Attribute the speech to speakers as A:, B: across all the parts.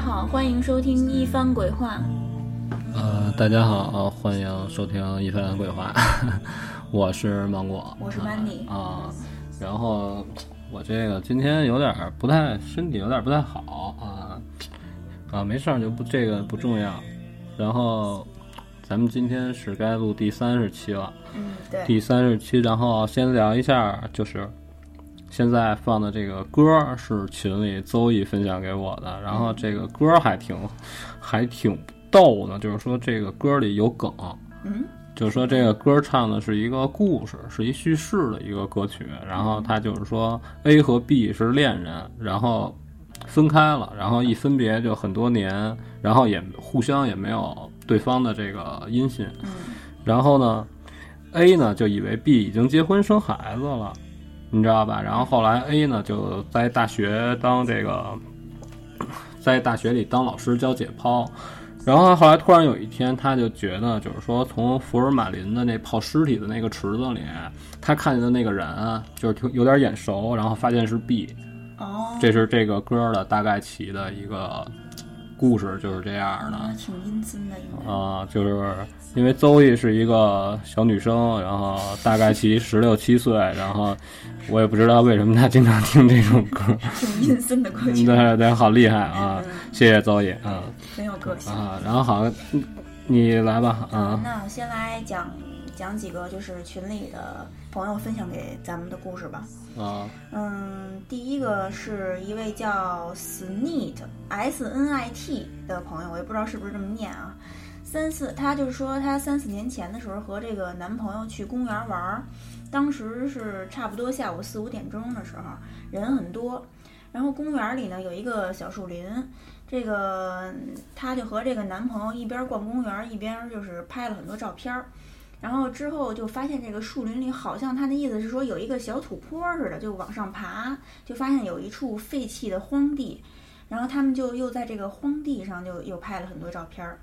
A: 好，欢迎收听《一番鬼话》。
B: 呃，大家好，欢迎收听《一番鬼话》， 我是芒果，
A: 我是班尼
B: 啊、然后我这个今天有点儿不太，身体有点儿不太好啊啊，没事儿，就不这个不重要。然后咱们今天是该录第三十期了，
A: 嗯，对，
B: 第三十期，然后先聊一下，就是现在放的这个歌是群里邹毅分享给我的，然后这个歌还挺还挺逗的，就是说这个歌里有梗，
A: 嗯，
B: 就是说这个歌唱的是一个故事，是一叙事的一个歌曲，然后它就是说 A 和 B 是恋人，然后分开了，然后一分别就很多年，然后也互相也没有对方的这个音信，
A: 嗯
B: 然后呢，A 呢就以为 B 已经结婚生孩子了，你知道吧？然后后来 A 呢就在大学当这个，在大学里当老师教解剖，然后后来突然有一天，他就觉得就是说从福尔马林的那泡尸体的那个池子里，他看见的那个人就是挺有点眼熟，然后发现是 B，
A: 哦，
B: 这是这个歌的大概起的一个故事，就是这样的。
A: 啊哦挺阴森的，应该。
B: 啊、就是因为邹毅是一个小女生，然后大概其十六七岁，然后我也不知道为什么她经常听这种歌，
A: 挺阴森的歌
B: 对
A: 曲，
B: 对对，好厉害啊！
A: 嗯
B: 谢谢邹毅啊
A: 很有个性。
B: 啊，然后好，嗯你来吧啊，
A: 那我先来讲讲几个就是群里的朋友分享给咱们的故事吧。
B: 啊
A: 嗯，第一个是一位叫 Snit S N I T 的朋友，我也不知道是不是这么念啊。三四，她就是说她三四年前的时候和这个男朋友去公园玩儿，当时是差不多下午四五点钟的时候，人很多。然后公园里呢有一个小树林，这个她就和这个男朋友一边逛公园一边就是拍了很多照片儿。然后之后就发现这个树林里好像他的意思是说有一个小土坡似的，就往上爬，就发现有一处废弃的荒地，然后他们就又在这个荒地上就又拍了很多照片儿。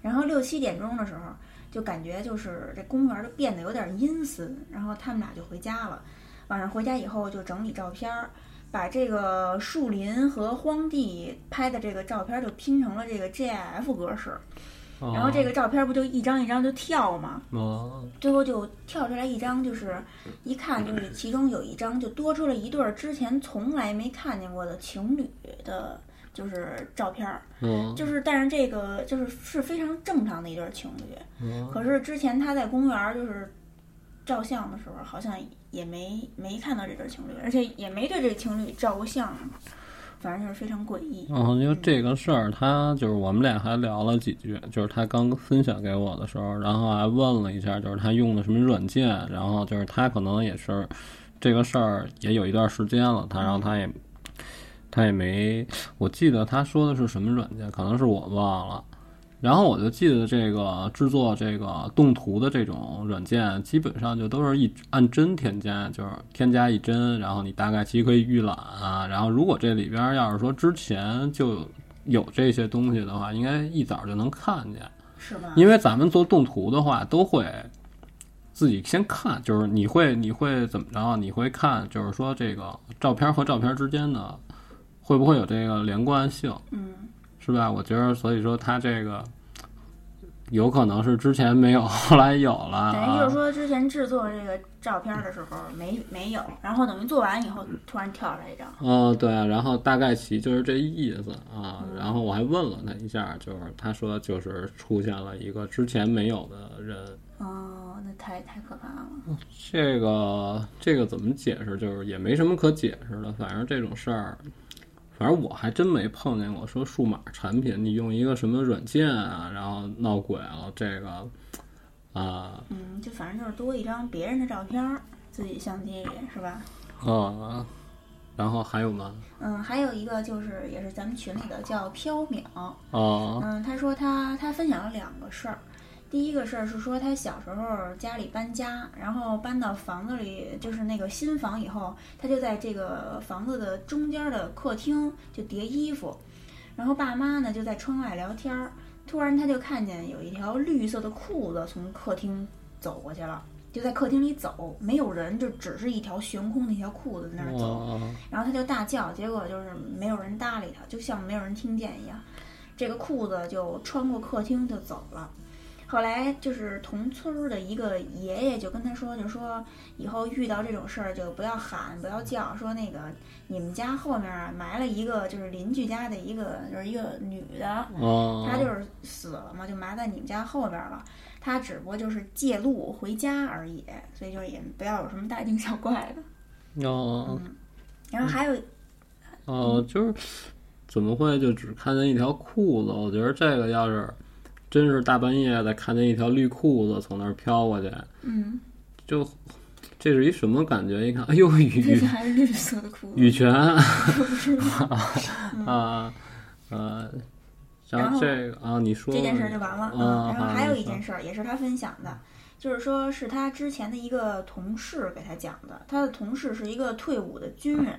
A: 然后六七点钟的时候，就感觉就是这公园就变得有点阴森，然后他们俩就回家了。晚上回家以后就整理照片儿，把这个树林和荒地拍的这个照片儿就拼成了这个 GIF 格式，
B: 啊，
A: 然后这个照片儿不就一张一张就跳吗？
B: 啊
A: 最后就跳出来一张，就是一看就是其中有一张就多出了一对儿之前从来没看见过的情侣的，就是照片儿，
B: 嗯
A: 就是但是这个就是是非常正常的一对儿情侣，
B: 嗯
A: 可是之前他在公园儿就是照相的时候，好像也没没看到这对儿情侣，而且也没对这情侣照过相，反正就是非常诡异。
B: 然后因为这个事儿，他就是我们俩还聊了几句，就是他刚分享给我的时候，然后还问了一下，就是他用的什么软件，然后就是他可能也是这个事儿也有一段时间了，他然后他也他也没，我记得他说的是什么软件，可能是我忘了。然后我就记得这个制作这个动图的这种软件，基本上就都是一按帧添加，就是添加一帧，然后你大概其实可以预览啊。然后如果这里边要是说之前就有这些东西的话，应该一早就能看见，
A: 是吗？
B: 因为咱们做动图的话都会。自己先看，就是你会你会怎么着啊？你会看，就是说这个照片和照片之间的会不会有这个连贯性？
A: 嗯，
B: 是吧？我觉得，所以说他这个有可能是之前没有， 后来有
A: 嗯
B: 了
A: 等于就是
B: 啊。
A: 说之前制作这个照片儿的时候没没有，然后等于做完以后突然跳出来一张。
B: 嗯，对，然后大概其就是这意思啊。然后我还问了他一下，就是他说就是出现了一个之前没有的人，
A: 哦，那太太可怕了。
B: 这个这个怎么解释？就是也没什么可解释的，反正这种事儿，反正我还真没碰见过说数码产品你用一个什么软件啊，然后闹鬼了，这个啊。
A: 嗯，就反正就是多一张别人的照片儿，自己相机里是吧？
B: 啊，然后还有吗？
A: 嗯，还有一个就是也是咱们群里的叫缥缈，
B: 啊
A: 嗯，他说他他分享了两个事儿，第一个事儿是说他小时候家里搬家，然后搬到房子里，就是那个新房以后，他就在这个房子的中间的客厅就叠衣服，然后爸妈呢就在窗外聊天儿，突然他就看见有一条绿色的裤子从客厅走过去了。就在客厅里走，没有人，就只是一条悬空的一条裤子在那
B: 哦
A: 儿走。
B: 哇
A: 然后他就大叫，结果就是没有人搭理他，就像没有人听见一样。这个裤子就穿过客厅就走了。后来就是同村儿的一个爷爷就跟他说，就说以后遇到这种事儿就不要喊，不要叫，说那个你们家后面啊埋了一个就是邻居家的一个就是一个女的，
B: 哦，
A: 她嗯就是死了嘛，就埋在你们家后边了。她只不过就是借路回家而已，所以就也不要有什么大惊小怪的。
B: 哦
A: 嗯然后还有
B: 哦，就是怎么会就只看见一条裤子？我觉得这个要是真是大半夜的看见一条绿裤子从那儿飘过去，
A: 嗯，
B: 就这是一什么感觉？一看，哎呦，
A: 这
B: 羽
A: 是还是绿色的裤子，
B: 羽 泉 啊呃，然
A: 嗯然后
B: 后这个啊，你说
A: 这件事儿就完了。
B: 啊
A: 嗯，然后还有一件
B: 事，
A: 事儿也是他分享的，就是说是他之前的一个同事给他讲的。他的同事是一个退伍的军人，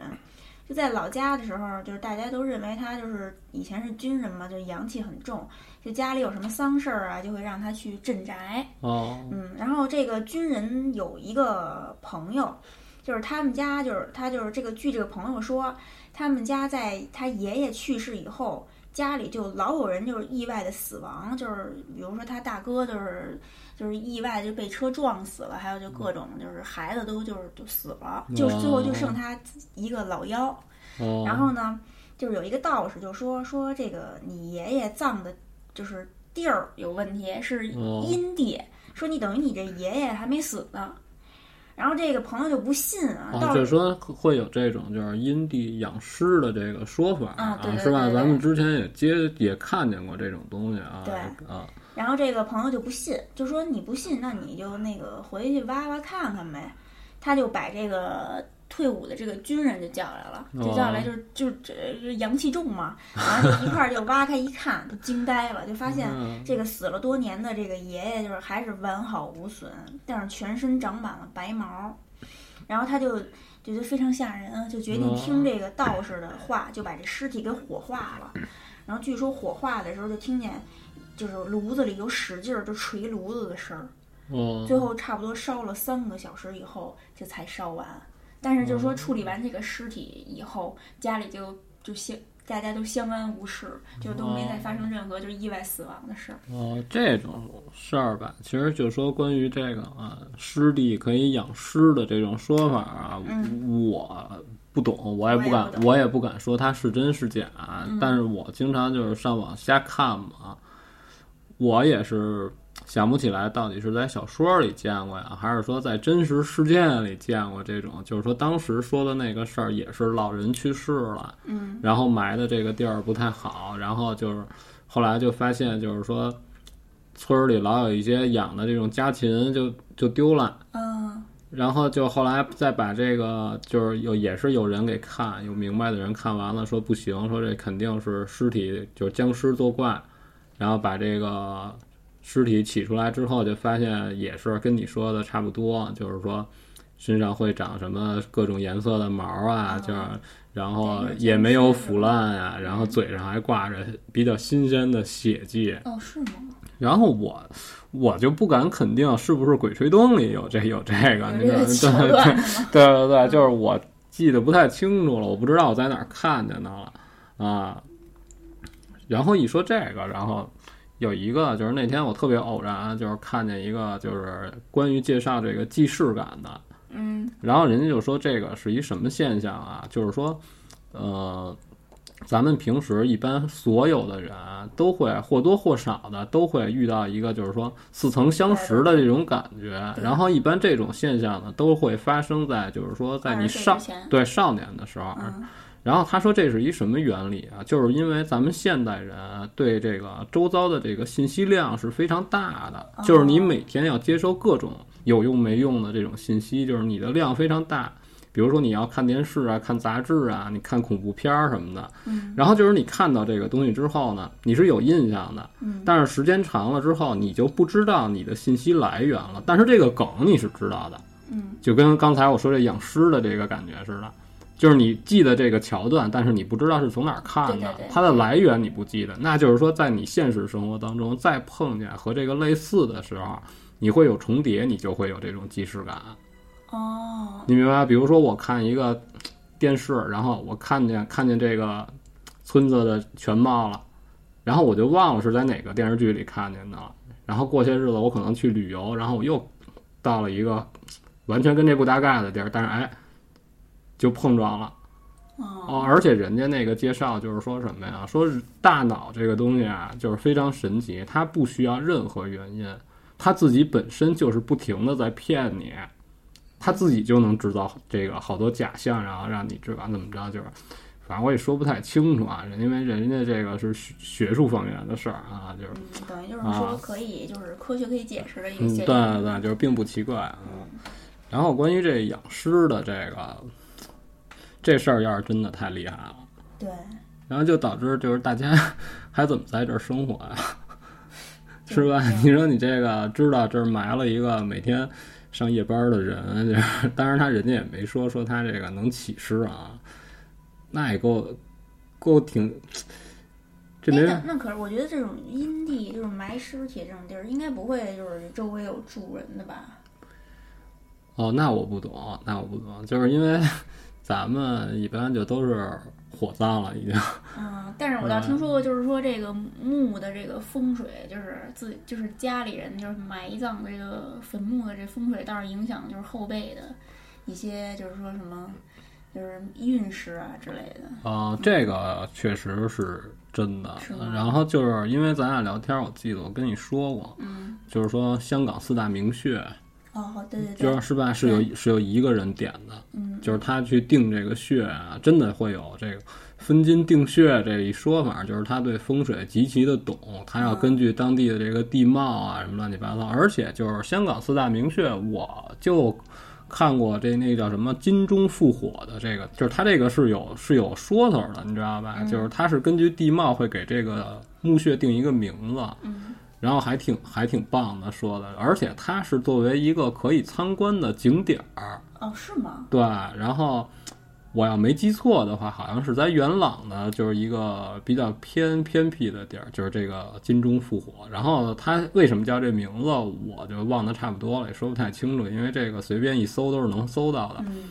A: 就在老家的时候，就是大家都认为他就是以前是军人嘛，就是阳气很重，就家里有什么丧事儿啊，就会让他去镇宅。
B: 哦
A: 嗯，然后这个军人有一个朋友，就是他们家就是他就是这个据这个朋友说，他们家在他爷爷去世以后，家里就老有人就是意外的死亡，就是比如说他大哥就是就是意外就被车撞死了，还有就各种就是孩子都就是都死了，就是最后就剩他一个老幺。
B: 哦，
A: 然后呢，就是有一个道士就说说这个你爷爷葬的，就是地儿有问题，是
B: 哦
A: 阴地，说你等于你这爷爷还没死呢。然后这个朋友就不信啊，
B: 哦，
A: 道
B: 就是
A: 士
B: 说会有这种就是因地养尸的这个说法
A: 啊对对
B: 是吧？
A: 对对
B: 咱们之前也接也看见过这种东西啊，
A: 对
B: 啊，
A: 然后这个朋友就不信，就说你不信，那你就那个回去挖挖看看呗。他就把这个退伍的这个军人就叫来了，就叫
B: 哦
A: 来就是就是这这阳气重嘛，然后就一块儿就挖开一看，就惊呆了，就发 现
B: 嗯
A: 这个死了多年的这个爷爷，就是还是完好无损，但是全身长满了白毛，然后他就觉得非常吓人啊，就决定听这个道士的话，就把这尸体给火化了。然后据说火化的时候就听见，就是炉子里有使劲儿就捶炉子的声儿，
B: 哦，
A: 最后差不多烧了三个小时以后，这才烧完。但是就是说处理完这个尸体以后，家里就就相大家都相安无事，就都没再发生任何就是意外死亡的事儿。
B: 哦，这种事儿吧，其实就说关于这个啊，师弟可以养师的这种说法啊，我不懂，我也不敢
A: 我也不，懂
B: 我也不敢说它是真是假，但是我经常就是上网瞎看嘛，我也是想不起来到底是在小说里见过呀，还是说在真实事件里见过这种，就是说当时说的那个事儿也是老人去世了，
A: 嗯，
B: 然后埋的这个地儿不太好，然后就是后来就发现就是说。村儿里老有一些养的这种家禽就就丢了，
A: 嗯
B: 然后就后来再把这个就是有也是有人给看，有明白的人看完了说不行，说这肯定是尸体就是僵尸作怪，然后把这个尸体起出来之后，就发现也是跟你说的差不多，就是说身上会长什么各种颜色的毛啊，就是然后也没有腐烂啊，然后嘴上还挂着比较新鲜的血迹，
A: 哦，是吗？
B: 然后我我就不敢肯定是不是《鬼吹灯》里有这有这个，
A: 有
B: 你
A: 这
B: 知道
A: 个桥
B: 吗对
A: 段是 吗？
B: 对对对，就是我记得不太清楚了，我不知道我在哪儿看见的了啊。然后一说这个，然后有一个就是那天我特别偶然，就是看见一个就是关于介绍这个既视感的，
A: 嗯
B: 然后人家就说这个是一什么现象啊？就是说，呃，咱们平时一般所有的人啊都会或多或少的都会遇到一个就是说似曾相识的这种感觉。
A: 对
B: 然后一般这种现象呢都会发生在就是说在你
A: 20岁
B: 少
A: 之前
B: 对少年的时候。
A: 嗯
B: 然后他说这是一什么原理啊？就是因为咱们现代人对这个周遭的这个信息量是非常大的，就是你每天要接收各种有用没用的这种信息，就是你的量非常大。比如说你要看电视啊、看杂志啊、你看恐怖片儿什么的，
A: 嗯
B: 然后就是你看到这个东西之后呢，你是有印象的，
A: 嗯，
B: 但是时间长了之后，你就不知道你的信息来源了。但是这个梗你是知道的，
A: 嗯，
B: 就跟刚才我说这养尸的这个感觉似的，就是你记得这个桥段，但是你不知道是从哪儿看的，
A: 对对对
B: 它的来源你不记得，那就是说在你现实生活当中再碰见和这个类似的时候，你会有重叠，你就会有这种既视感。
A: 哦，
B: 你明白吧？比如说，我看一个电视，然后我看见看见这个村子的全貌了，然后我就忘了是在哪个电视剧里看见的了。然后过些日子我可能去旅游，然后我又到了一个完全跟这不搭嘎的地儿，但是哎，就碰撞了。哦，
A: 哦，
B: 而且人家那个介绍就是说什么呀？说是大脑这个东西啊，就是非常神奇，它不需要任何原因，它自己本身就是不停的在骗你，它自己就能制造这个好多假象，然后让你知道怎么着，就是反正我也说不太清楚啊，人因为人家这个是学学术方面的事儿啊，就是
A: 嗯，等于就是
B: 啊
A: 说可以，就是科学可以解释的一个
B: 嗯，对
A: 现象。
B: 对对，就是并不奇怪啊。然后关于这养尸的这个这事儿，要是真的太厉害了。
A: 对，
B: 然后就导致就是大家 还怎么在这儿生活 呀、
A: 对
B: 是吧
A: 对？
B: 你说你这个知道这儿埋了一个每天上夜班的人，就是当然他人家也没说说他这个能起尸啊，那也够够挺，这没
A: 哎那那可是我觉得这种阴地，就是埋尸体这种地儿，应该不会就是周围有住人的吧？
B: 哦，那我不懂，那我不懂，就是因为 咱们一般就都是火葬了已经。
A: 嗯，但是我倒听说过，就是说这个墓的这个风水，就是自就是家里人就是埋葬的这个坟墓的这风水，倒是影响就是后辈的一些，就是说什么就是运势啊之类的。
B: 啊，这个确实是真的
A: 是吗。
B: 然后就是因为咱俩聊天，我记得我跟你说过，
A: 嗯，
B: 就是说香港四大名穴，
A: 哦，对对
B: 就
A: 对，
B: 是是吧？是有是有一个人点的，
A: 嗯，
B: 就是他去定这个穴啊，真的会有这个分金定穴这一说法，就是他对风水极其的懂，他要根据当地的这个地貌啊什么乱七八糟，而且就是香港四大名穴，我就。看过这那叫什么金钟复火的这个，就是它这个是有是有说头的，你知道
A: 嗯
B: 吧？就是它是根据地貌会给这个墓穴定一个名字，然后还挺还挺棒的说的，而且它是作为一个可以参观的景点儿，
A: 哦，是吗？
B: 对，然后我要没记错的话，好像是在元朗呢，就是一个比较偏偏僻的地儿，就是这个金钟复活。然后它为什么叫这名字，我就忘得差不多了，也说不太清楚，因为这个随便一搜都是能搜到的。
A: 嗯，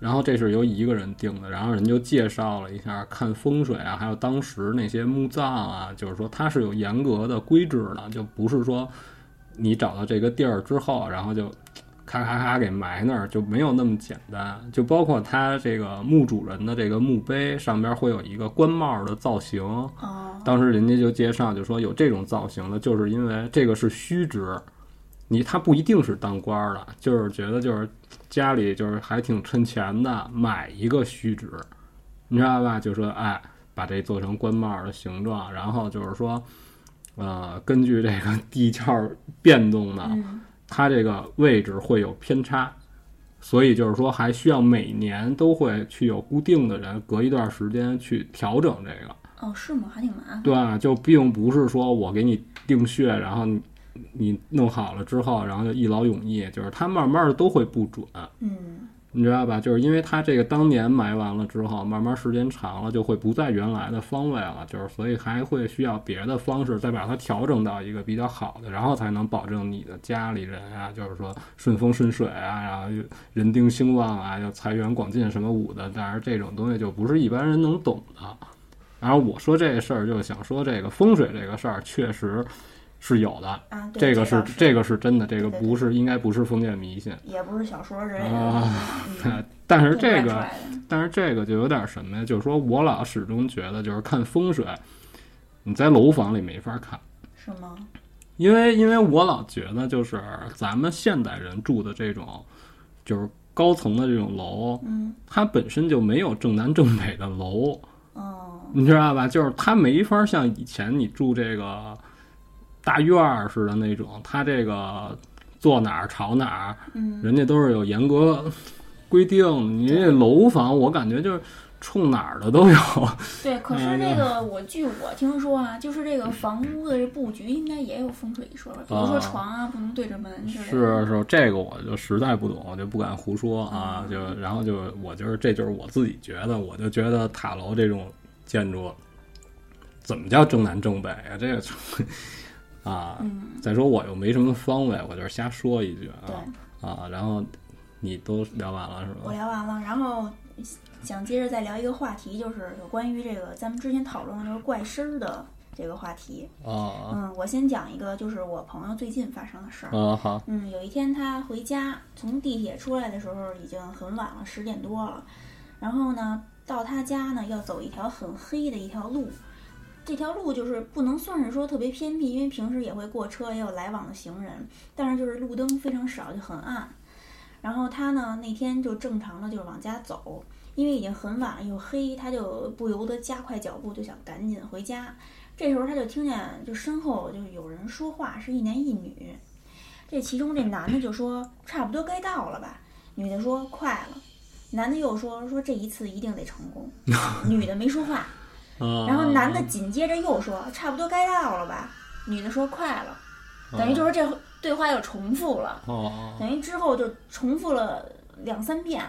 B: 然后这是由一个人定的，然后人就介绍了一下看风水啊，还有当时那些墓葬啊，就是说它是有严格的规制的，就不是说你找到这个地儿之后，然后就咔咔咔给埋那儿，就没有那么简单。就包括它这个墓主人的这个墓碑上边会有一个官帽的造型，
A: 哦，
B: 当时人家就介绍，就说有这种造型的，就是因为这个是虚职，你他不一定是当官儿的，就是觉得就是家里就是还挺趁钱的，买一个虚职，你知道吧？就说哎，把这做成官帽儿的形状，然后就是说，呃，根据这个地壳变动呢，
A: 嗯，
B: 它这个位置会有偏差，所以就是说还需要每年都会去有固定的人，隔一段时间去调整这个。
A: 哦，是吗？还挺麻烦。
B: 对啊，就并不是说我给你定穴，然后你你弄好了之后，然后就一劳永逸，就是它慢慢的都会不准，
A: 嗯，
B: 你知道吧？就是因为它这个当年埋完了之后，慢慢时间长了就会不在原来的方位了，就是所以还会需要别的方式再把它调整到一个比较好的，然后才能保证你的家里人啊，就是说顺风顺水啊，然后又人丁兴旺啊，要财源广进什么五的，但是这种东西就不是一般人能懂的。然后我说这事儿，就是想说这个风水这个事儿确实是有的，
A: 啊，对，
B: 这
A: 个
B: 个是这个是真的，这个
A: 对对
B: 不是应该不是封建迷信。
A: 也不是小说之类的，
B: 啊
A: 嗯、
B: 但是
A: 杜撰
B: 这
A: 出
B: 个，
A: 来的
B: 但是这个就有点什么呀？就是说我老始终觉得，就是看风水，你在楼房里没法看，
A: 是吗？
B: 因为因为我老觉得就是咱们现代人住的这种，就是高层的这种楼，
A: 嗯，
B: 它本身就没有正南正北的楼，
A: 哦，
B: 你知道吧？就是它没法像以前你住这个大院儿似的那种，它这个坐哪儿朝哪儿，
A: 嗯，
B: 人家都是有严格规定。你这楼房，我感觉就是冲哪儿的都有。
A: 对。可是
B: 哎
A: 这个，我据我听说啊，就是这个房屋的这布局应该也有风水一说吧，比如说
B: 啊
A: 床啊不能对着门之类的。
B: 是是，这个我就实在不懂，我就不敢胡说
A: 嗯
B: 啊。就然后就我就是这就是我自己觉得，我就觉得塔楼这种建筑怎么叫正南正北啊？这个啊，
A: 嗯，
B: 再说我又没什么方位，我就是瞎说一句
A: 对，
B: 啊啊，然后你都聊完了是
A: 我
B: 吧？
A: 聊完了，然后想接着再聊一个话题，就是有关于这个咱们之前讨论的这个怪声儿的这个话题。
B: 啊
A: 嗯，我先讲一个，就是我朋友最近发生的事儿。
B: 啊好
A: 嗯，有一天他回家，从地铁出来的时候已经很晚了，十点多了。然后呢，到他家呢要走一条很黑的一条路，这条路就是不能算是说特别偏僻，因为平时也会过车，也有来往的行人，但是就是路灯非常少，就很暗。然后他呢那天就正常的就是往家走，因为已经很晚了又黑，他就不由得加快脚步，就想赶紧回家。这时候他就听见就身后就有人说话，是一男一女。这其中这男的就说差不多该到了吧，女的说快了，男的又说说这一次一定得成功，女的没说话。
B: 啊，
A: 然后男的紧接着又说：“差不多该到了吧？”女的说：“快了。”
B: 啊
A: 等于就是这对话又重复了，
B: 哦
A: 等于之后就重复了两三遍。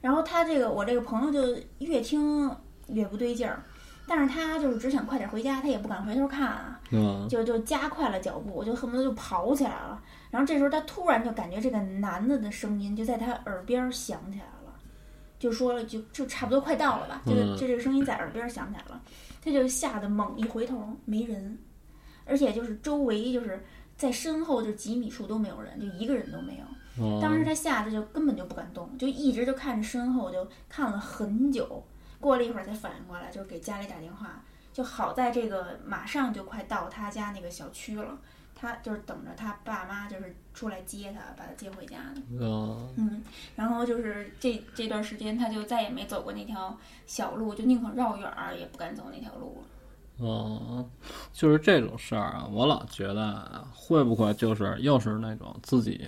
A: 然后他这个我这个朋友就越听越不对劲儿，但是他就是只想快点回家，他也不敢回头看啊，
B: 嗯
A: 就就加快了脚步，就恨不得就跑起来了。然后这时候他突然就感觉这个男的的声音就在他耳边儿响起来了，就说了就就差不多快到了吧，就
B: 嗯
A: 就这个声音在耳边儿响起来了，他就吓得猛一回头没人，而且就是周围就是在身后就几米处都没有人，就一个人都没有。
B: 哦
A: 当时他吓得就根本就不敢动，就一直就看着身后，就看了很久。过了一会儿才反应过来，就给家里打电话。就好在这个马上就快到他家那个小区了，他就是等着他爸妈就是出来接他，把他接回家呢。
B: 嗯
A: 嗯，然后就是这这段时间，他就再也没走过那条小路，就宁可绕远儿也不敢走那条路了。
B: 哦，就是这种事儿啊，我老觉得啊会不会就是又是那种自己，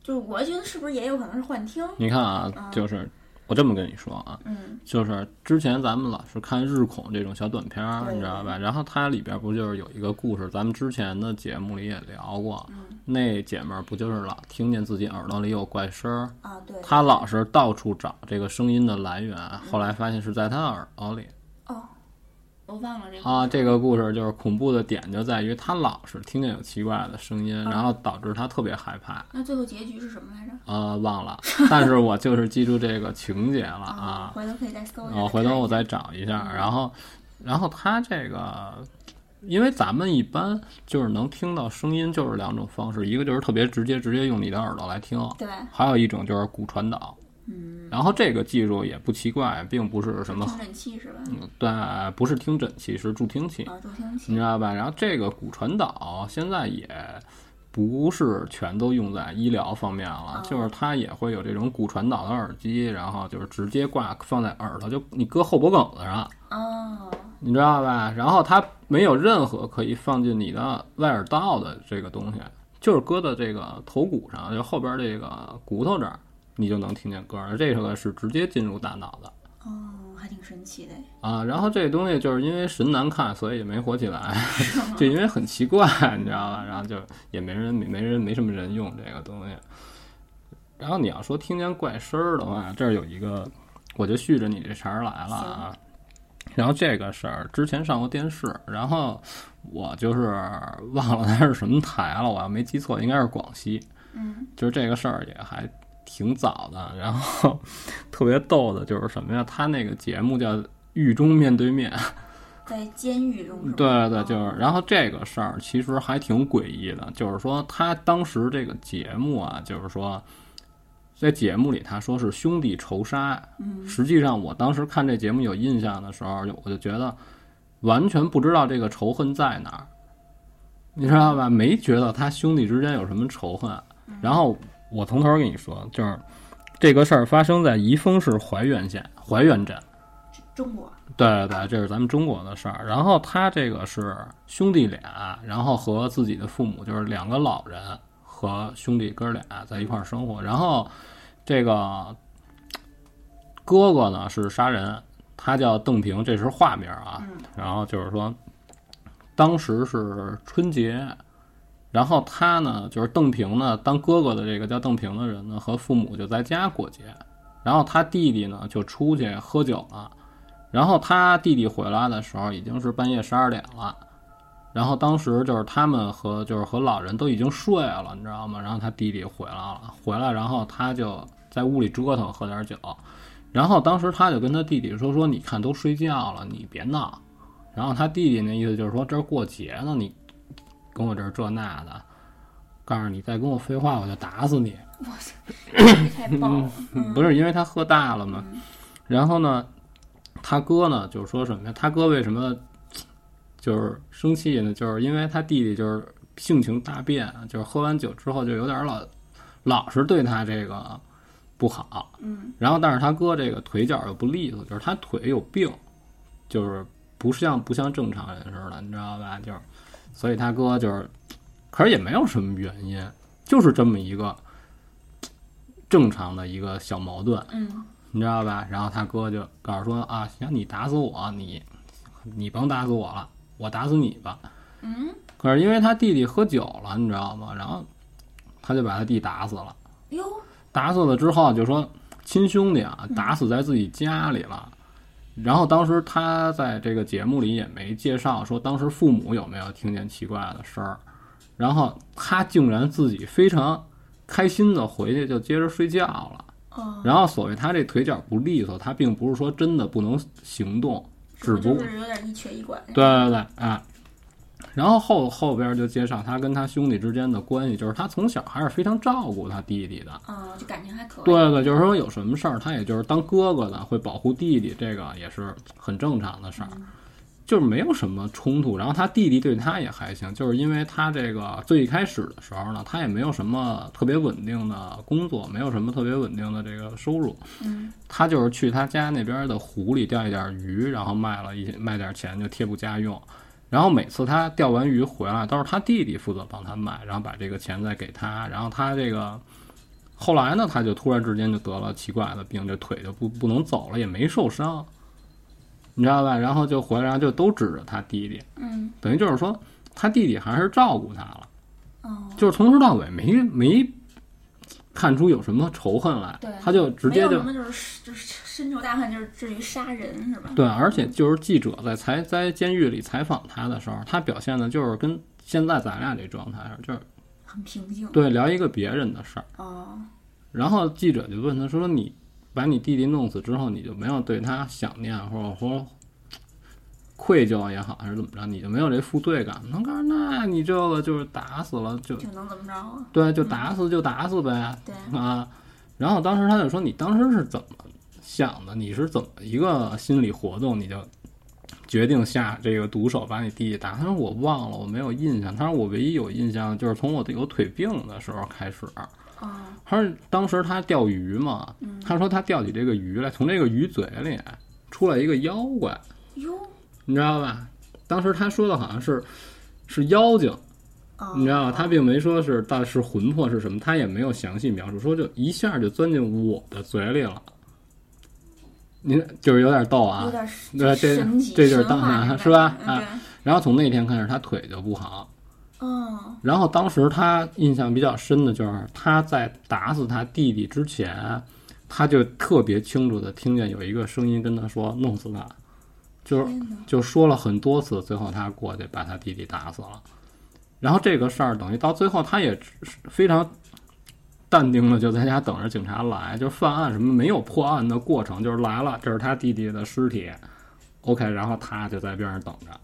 A: 就是我觉得是不是也有可能是幻听？
B: 你看啊，就是我这么跟你说啊，
A: 嗯
B: 就是之前咱们老是看日恐这种小短片儿，
A: 对
B: 你知道吧？然后它里边不就是有一个故事，咱们之前的节目里也聊过，
A: 嗯
B: 那姐们儿不就是老听见自己耳朵里有怪声儿，
A: 啊，对，
B: 她老是到处找这个声音的来源，后来发现是在她耳朵里。
A: 哦，我忘了这个。
B: 啊，这个故事就是恐怖的点就在于她老是听见有奇怪的声音，然后导致她特别害怕。
A: 那最后结局是什么来着？
B: 呃，忘了，但是我就是记住这个情节了啊。
A: 回头可以再搜一下。
B: 我回头我再找一下，然后，然后他这个，因为咱们一般就是能听到声音就是两种方式，一个就是特别直接，直接用你的耳朵来听，
A: 对，
B: 还有一种就是骨传导。嗯，然后这个技术也不奇怪，并不是什么
A: 听诊器是吧？
B: 对，不是听诊器，是助听器，
A: 啊，助听器
B: 你知道吧？然后这个骨传导现在也。不是全都用在医疗方面了，就是它也会有这种骨传导的耳机，然后就是直接挂放在耳朵，就你搁后脖梗子上，
A: 哦，
B: 你知道吧？然后它没有任何可以放进你的外耳道的这个东西，就是搁到这个头骨上，就后边这个骨头这儿，你就能听见歌儿。这个是直接进入大脑的
A: 哦，还挺神奇的。
B: 啊。然后这东西就是因为神难看，所以也没火起来， 就因为很奇怪，你知道吧？然后就也没人没人没什么人用这个东西。然后你要说听见怪声儿的话，这儿有一个，我就续着你这茬儿来了啊。然后这个事儿之前上过电视，然后我就是忘了它是什么台了，我要没记错，应该是广西。
A: 嗯，
B: 就是这个事儿也还挺早的。然后 特别逗的就是什么呀？他那个节目叫《狱中面对面》，
A: 在监狱中是吧？
B: 对对，就是。然后这个事儿其实还挺诡异的，就是说他当时这个节目啊，就是说。在节目里，他说是兄弟仇杀。
A: 嗯
B: 实际上，我当时看这节目有印象的时候，就我就觉得完全不知道这个仇恨在哪儿，你知道吧？没觉得他兄弟之间有什么仇恨。啊
A: 嗯
B: 然后我从头跟你说，就是这个事儿发生在宜丰市怀远县怀远镇。
A: 中 国
B: 对对对，这是咱们中国的事儿。然后他这个是兄弟俩，然后和自己的父母，就是两个老人和兄弟哥俩在一块儿生活。然后这个哥哥呢是杀人，他叫邓平，这是化名啊。然后就是说，当时是春节，然后他呢就是邓平呢，当哥哥的这个叫邓平的人呢，和父母就在家过节。然后他弟弟呢就出去喝酒了。然后他弟弟回来的时候已经是半夜十二点了，然后当时就是他们和就是和老人都已经睡了，你知道吗？然后他弟弟回来了，回来然后他就在屋里折腾，喝点酒，然后当时他就跟他弟弟说说，你看都睡觉了，你别闹。然后他弟弟那意思就是说，这儿过节呢，你跟我这儿这那的，告诉你再跟我废话，我就打死你。
A: 这太爆了，
B: 不是因为他喝大了嘛。然后呢，他哥呢就是说什么呀？他哥为什么就是生气呢？就是因为他弟弟就是性情大变，就是喝完酒之后就有点老老是对他这个不好。
A: 嗯，
B: 然后但是他哥这个腿脚又不利索，就是他腿有病，就是不像不像正常人似的，你知道吧？就是所以他哥就是，可是也没有什么原因，就是这么一个正常的一个小矛盾。
A: 嗯
B: 你知道吧？然后他哥就告诉说啊，行，你打死我，你你甭打死我了，我打死你吧。
A: 嗯，
B: 可是因为他弟弟喝酒了，你知道吗？然后他就把他弟打死了。
A: 哟，
B: 打死了之后就说亲兄弟啊，打死在自己家里了。然后当时他在这个节目里也没介绍说当时父母有没有听见奇怪的声儿，然后他竟然自己非常开心的回去就接着睡觉了。
A: 哦，
B: 然后所谓他这腿脚不利索，他并不是说真的不能行动，只不
A: 就
B: 过
A: 是有点一瘸一拐。
B: 对对对，哎。然后后后边就介绍他跟他兄弟之间的关系，就是他从小还是非常照顾他弟弟的。
A: 哦，就感情还可以。
B: 对对，就是说有什么事儿，他也就是当哥哥的会保护弟弟，这个也是很正常的事儿，就是没有什么冲突。然后他弟弟对他也还行，就是因为他这个最一开始的时候呢，他也没有什么特别稳定的工作，没有什么特别稳定的这个收入，
A: 嗯，
B: 他就是去他家那边的湖里钓一点鱼，然后卖了一卖点钱就贴补家用。然后每次他钓完鱼回来，都是他弟弟负责帮他卖，然后把这个钱再给他。然后他这个后来呢，他就突然之间就得了奇怪的病，这腿就不不能走了，也没受伤，你知道吧？然后就回来，然后就都指着他弟弟，
A: 嗯，
B: 等于就是说他弟弟还是照顾他了，
A: 哦，
B: 就是从头到尾没没看出有什么仇恨来
A: 对，
B: 他就直
A: 没
B: 接
A: 有
B: 就
A: 什么就是就是深仇大恨，就是至于杀人是吧？
B: 对，而且就是记者在采在监狱里采访他的时候，他表现的就是跟现在咱俩这状态似的，就是
A: 很平静。
B: 对聊一个别人的事儿。
A: 哦，
B: 然后记者就问他说：“你把你弟弟弄死之后，你就没有对他想念，或者说愧疚也好，还是怎么着，你就没有这负罪感？”他说：“那你这个就是打死了，就
A: 就能怎么着啊？
B: 对，就打死就打死呗
A: 对，
B: 啊。”然后当时他就说：“你当时是怎么想的？你是怎么一个心理活动，你就决定下这个毒手把你弟弟打？”他说：“我忘了，我没有印象。”他说：“我唯一有印象就是从我有腿病的时候开始。”
A: 哦，
B: 他说当时他钓鱼嘛，他说他钓起这个鱼来，从这个鱼嘴里出来一个妖怪，
A: 哟，
B: 你知道吧？当时他说的好像是是妖精，
A: 哦，
B: 你知道吧？他并没说是但是魂魄是什么，他也没有详细描述，说就一下就钻进我的嘴里了。您就是有点逗
A: 有
B: 啊，
A: 点
B: 对这
A: 神奇
B: 这就是
A: 神
B: 当
A: 话
B: 然
A: 那种
B: 是吧
A: 感觉
B: 啊
A: 嗯
B: 然后从那天开始他腿就不好，
A: 对，哦，
B: 然后当时他印象比较深的就是他在打死他弟弟之前，他就特别清楚的听见有一个声音跟他说“弄死他”，就是
A: 天哪，
B: 就说了很多次，最后他过去把他弟弟打死了。然后这个事儿等于到最后，他也只是非常淡定的就在家等着警察来，就是犯案什么没有破案的过程，就是来了，这是他弟弟的尸体，OK，然后他就在边上等着，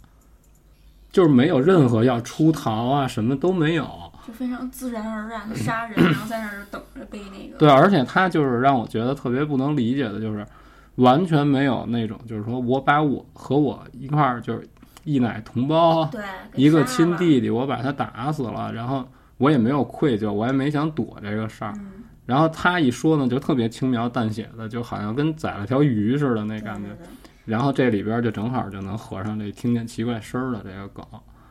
B: 就是没有任何要出逃啊，什么都没有。
A: 就非常自然而然的杀 人，然后在那儿等着被那个，
B: 对，而且他就是让我觉得特别不能理解的，就是完全没有那种，就是说我把我和我一块儿就是一奶同胞，
A: 对，给
B: 一个
A: 杀
B: 亲
A: 了，
B: 弟弟，我把他打死了，然后我也没有愧疚，我也没想躲这个事儿。
A: 嗯，
B: 然后他一说呢，就特别轻描淡写的，就好像跟宰了条鱼似的
A: 对
B: 那感觉
A: 对。对
B: 然后这里边就正好就能合上这听见奇怪声儿的这个梗。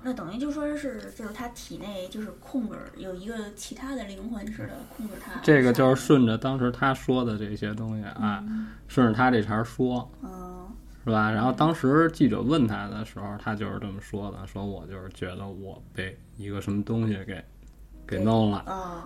A: 那等于就说是，就是他体内就是控制有一个其他的灵魂似的控制他。
B: 这个就是顺着当时他说的这些东西啊，顺着他这茬儿说，
A: 嗯，
B: 是吧？然后当时记者问他的时候，他就是这么说的，说我就是觉得我被一个什么东西给给弄了。
A: 哦。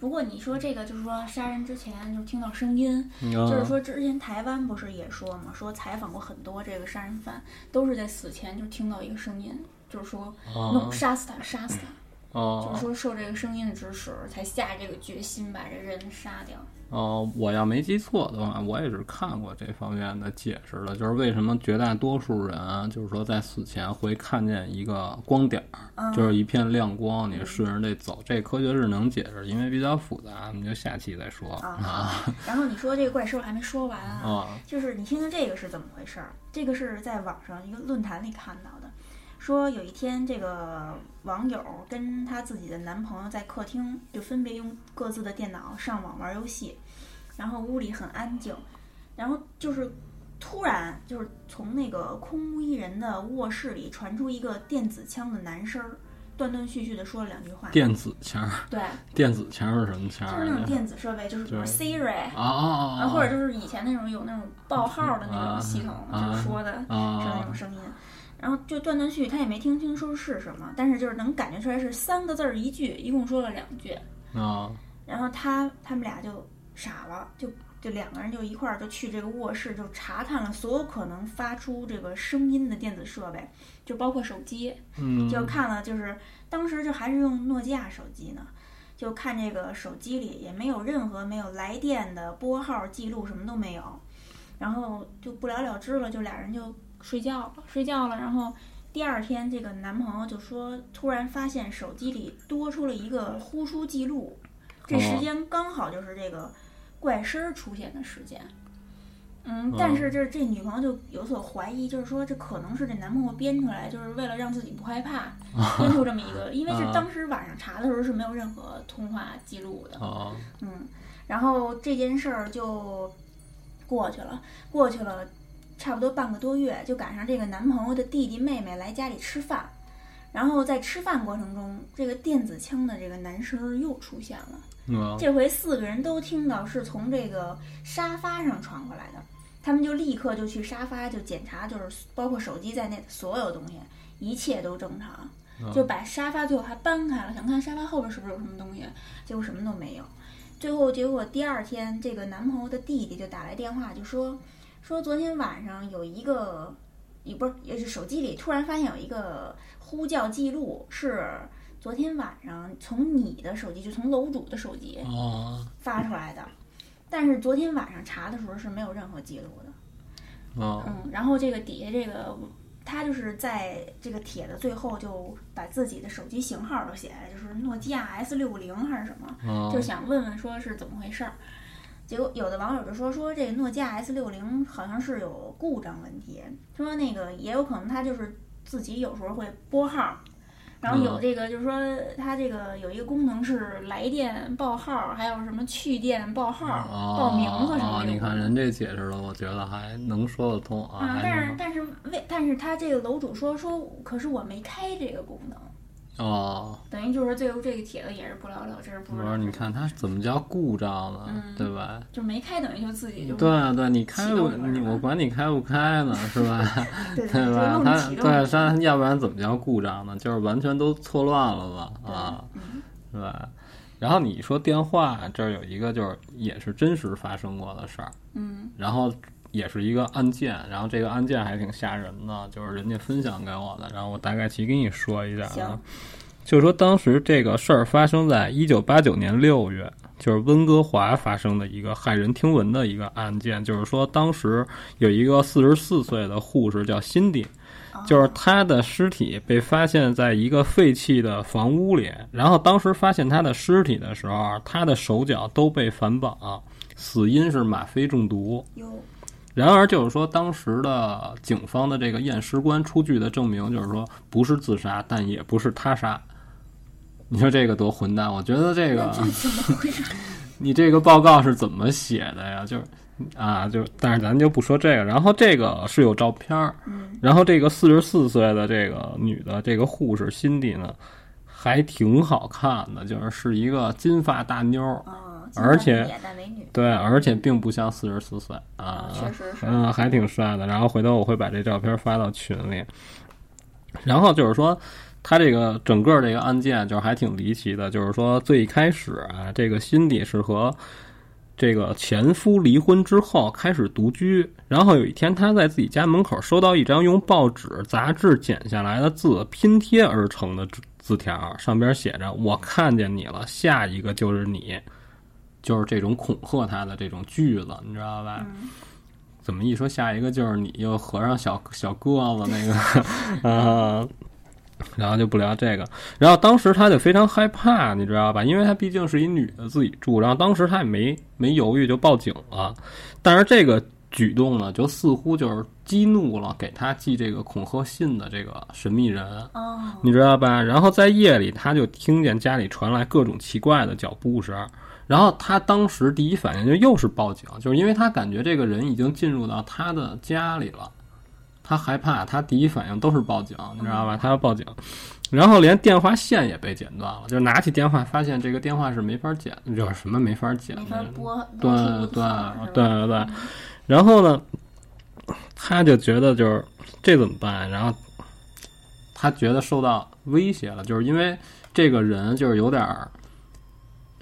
A: 不过你说这个就是说杀人之前就是听到声音，
B: 就
A: 就是说之前台湾不是也说嘛，说采访过很多这个杀人犯，都是在死前就听到一个声音，就是说
B: 嗯
A: 弄杀死他，杀死他，
B: 哦
A: 就是说受这个声音的指使才下这个决心把这人杀掉。
B: 呃，我要没记错的话，我也是看过这方面的解释的，就是为什么绝大多数人啊就是说在死前会看见一个光点儿，
A: 嗯
B: 就是一片亮光，你顺着这走，这科学是能解释，因为比较复杂，我们就下期再说
A: 啊
B: 啊
A: 然后你说这个怪兽还没说完啊，
B: 啊
A: 就是你听听这个是怎么回事儿？这个是在网上一个论坛里看到的，说有一天这个网友跟她自己的男朋友在客厅就分别用各自的电脑上网玩游戏，然后屋里很安静，然后就是突然就是从那个空无一人的卧室里传出一个电子枪的男声儿，断断续续的说了两句话，
B: 电子签儿，
A: 对，
B: 电子签儿是什么签
A: 就是那
B: 儿？那
A: 种
B: 是
A: 电子设备，就是比如
B: 对
A: Siri。
B: 啊啊
A: 啊，
B: 啊，
A: 或者就是以前那种有那种报号的那种系统，
B: 啊
A: 就是说的是那
B: 啊
A: 种声音，然后就断断续续，他也没听清说是什么，但是就是能感觉出来是三个字儿一句，一共说了两句，
B: 啊
A: 然后他他们俩就傻了，就就两个人就一块儿就去这个卧室就查看了所有可能发出这个声音的电子设备，就包括手机，
B: 嗯
A: 就看了，就是当时就还是用诺基亚手机呢，就看这个手机里也没有任何没有来电的拨号记录，什么都没有，然后就不了了之了，就俩人就睡觉了，睡觉了，然后第二天这个男朋友就说，突然发现手机里多出了一个呼出记录，这时间刚好就是这个怪声儿出现的时间。嗯，但是就是这女朋友就有所怀疑，就是说这可能是这男朋友编出来，就是为了让自己不害怕，编出这么一个，因为是
B: 啊
A: 当时晚上查的时候是没有任何通话记录的。
B: 啊
A: 嗯，然后这件事儿就过去了，过去了差不多半个多月，就赶上这个男朋友的弟弟妹妹来家里吃饭，然后在吃饭过程中，这个电子枪的这个男声儿又出现了。
B: 啊
A: 这回四个人都听到是从这个沙发上传过来的，他们就立刻就去沙发就检查，就是包括手机在内的所有东西，一切都正常。就把沙发最后还搬开了，想看沙发后边是不是有什么东西，结果什么都没有。最后结果第二天，这个男朋友的弟弟就打来电话，就说说昨天晚上有一个，也不是也是手机里突然发现有一个呼叫记录是。昨天晚上从你的手机，就从楼主的手机，
B: 啊
A: 发出来的，但是昨天晚上查的时候是没有任何记录的。
B: 啊
A: 嗯，然后这个底下这个他就是在这个帖的最后就把自己的手机型号都写下来，就是诺基亚 S 六零还是什么，
B: 啊
A: 就想问问说是怎么回事儿。结果有的网友就说说这个诺基亚 S 六零好像是有故障问题，说那个也有可能它就是自己有时候会拨号，然后有
B: 嗯
A: 这个就是说它这个有一个功能是来电报号，还有什么去电报号、
B: 啊
A: 报名字什么
B: 啊
A: 的有
B: 你
A: 功
B: 看
A: 能。
B: 人这解释的，我觉得还能说得通啊，
A: 啊，
B: 还
A: 但是
B: 能
A: 但是为但是他这个楼主说说，可是我没开这个功能，
B: 哦。
A: 等于就是最后这个帖子也是不了了之，不
B: 我
A: 知
B: 说
A: 道
B: 你看它怎么叫故障呢？
A: 嗯
B: 对吧？
A: 就没开，等于就自己就
B: 对啊，对啊，你开
A: 嗯启
B: 不
A: 动了
B: 你
A: 是吧
B: 我管你开不开呢，是吧？
A: 对
B: 对吧
A: 就？
B: 它
A: 愣启动
B: 对，它要不然怎么叫故障呢？就是完全都错乱了吧？啊，
A: 嗯
B: 是吧？然后你说电话这儿有一个就是也是真实发生过的事儿，
A: 嗯
B: 然后也是一个案件，然后这个案件还挺吓人的，就是人家分享给我的，然后我大概其给你说一下
A: 行
B: 啊。就是说，当时这个事儿发生在一九八九年六月，就是温哥华发生的一个骇人听闻的一个案件。就是说，当时有一个四十四岁的护士叫辛迪，就是她的尸体被发现在一个废弃的房屋里。然后当时发现她的尸体的时候，啊她的手脚都被反绑，死因是吗啡中毒。
A: 有
B: 然而，就是说，当时的警方的这个验尸官出具的证明，就是说不是自杀，但也不是他杀。你说这个多混蛋！我觉得这个
A: 那这怎么回事？
B: 你这个报告是怎么写的呀？就是啊，就是，但是咱就不说这个。然后这个是有照片儿，
A: 嗯
B: 然后这个四十四岁的这个女的，这个护士辛迪呢，还挺好看的，就是是一个金发大妞儿，
A: 啊，
B: 而且
A: 也大美女
B: 对，而且并不像四十四岁啊
A: 啊，，确实是
B: 嗯，还挺帅的。然后回头我会把这照片发到群里。然后就是说，他这个整个这个案件就是还挺离奇的，就是说最开始啊，这个辛迪是和这个前夫离婚之后开始独居，然后有一天他在自己家门口收到一张用报纸、杂志剪下来的字拼贴而成的字字条，上边写着：“我看见你了，下一个就是你。”就是这种恐吓她的这种句子，你知道吧？
A: 嗯，
B: 怎么一说下一个就是你又合上小小鸽子那个， 啊，然后就不聊这个。然后当时她就非常害怕，你知道吧？因为她毕竟是一女的自己住，然后当时她也没没犹豫就报警了。但是这个举动呢，就似乎就是激怒了给她寄这个恐吓信的这个神秘人。
A: 哦，
B: 你知道吧？然后在夜里，他就听见家里传来各种奇怪的脚步声，然后他当时第一反应就又是报警，就是因为他感觉这个人已经进入到他的家里了，他害怕，他第一反应都是报警，你知道吧？他要报警，然后连电话线也被剪断了，就是拿起电话发现这个电话是没法剪，就是什么没法剪的，
A: 没法播，
B: 对
A: 播听不
B: 对
A: 到是吧
B: 对对对，然后呢，他就觉得就是这怎么办？然后他觉得受到威胁了，就是因为这个人就是有点儿，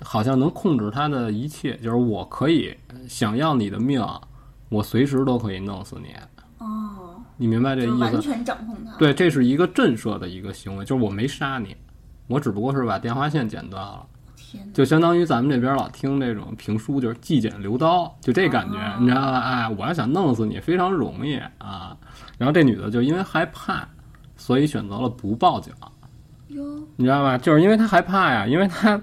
B: 好像能控制他的一切，就是我可以想要你的命，我随时都可以弄死你，
A: 哦，
B: 你明白
A: 就
B: 这
A: 是
B: 意
A: 完
B: 思？
A: 全掌控他。
B: 对，这是一个震慑的一个行为，就是我没杀你，我只不过是把电话线剪断了。
A: 天哪，
B: 就相当于咱们这边老听这种评书，就是“既剪留刀”，就这感觉，
A: 啊
B: 你知道吧？哎，我要想弄死你非常容易啊。然后这女的就因为害怕，所以选择了不报警，
A: 哟，
B: 你知道吧？就是因为她害怕呀，因为她，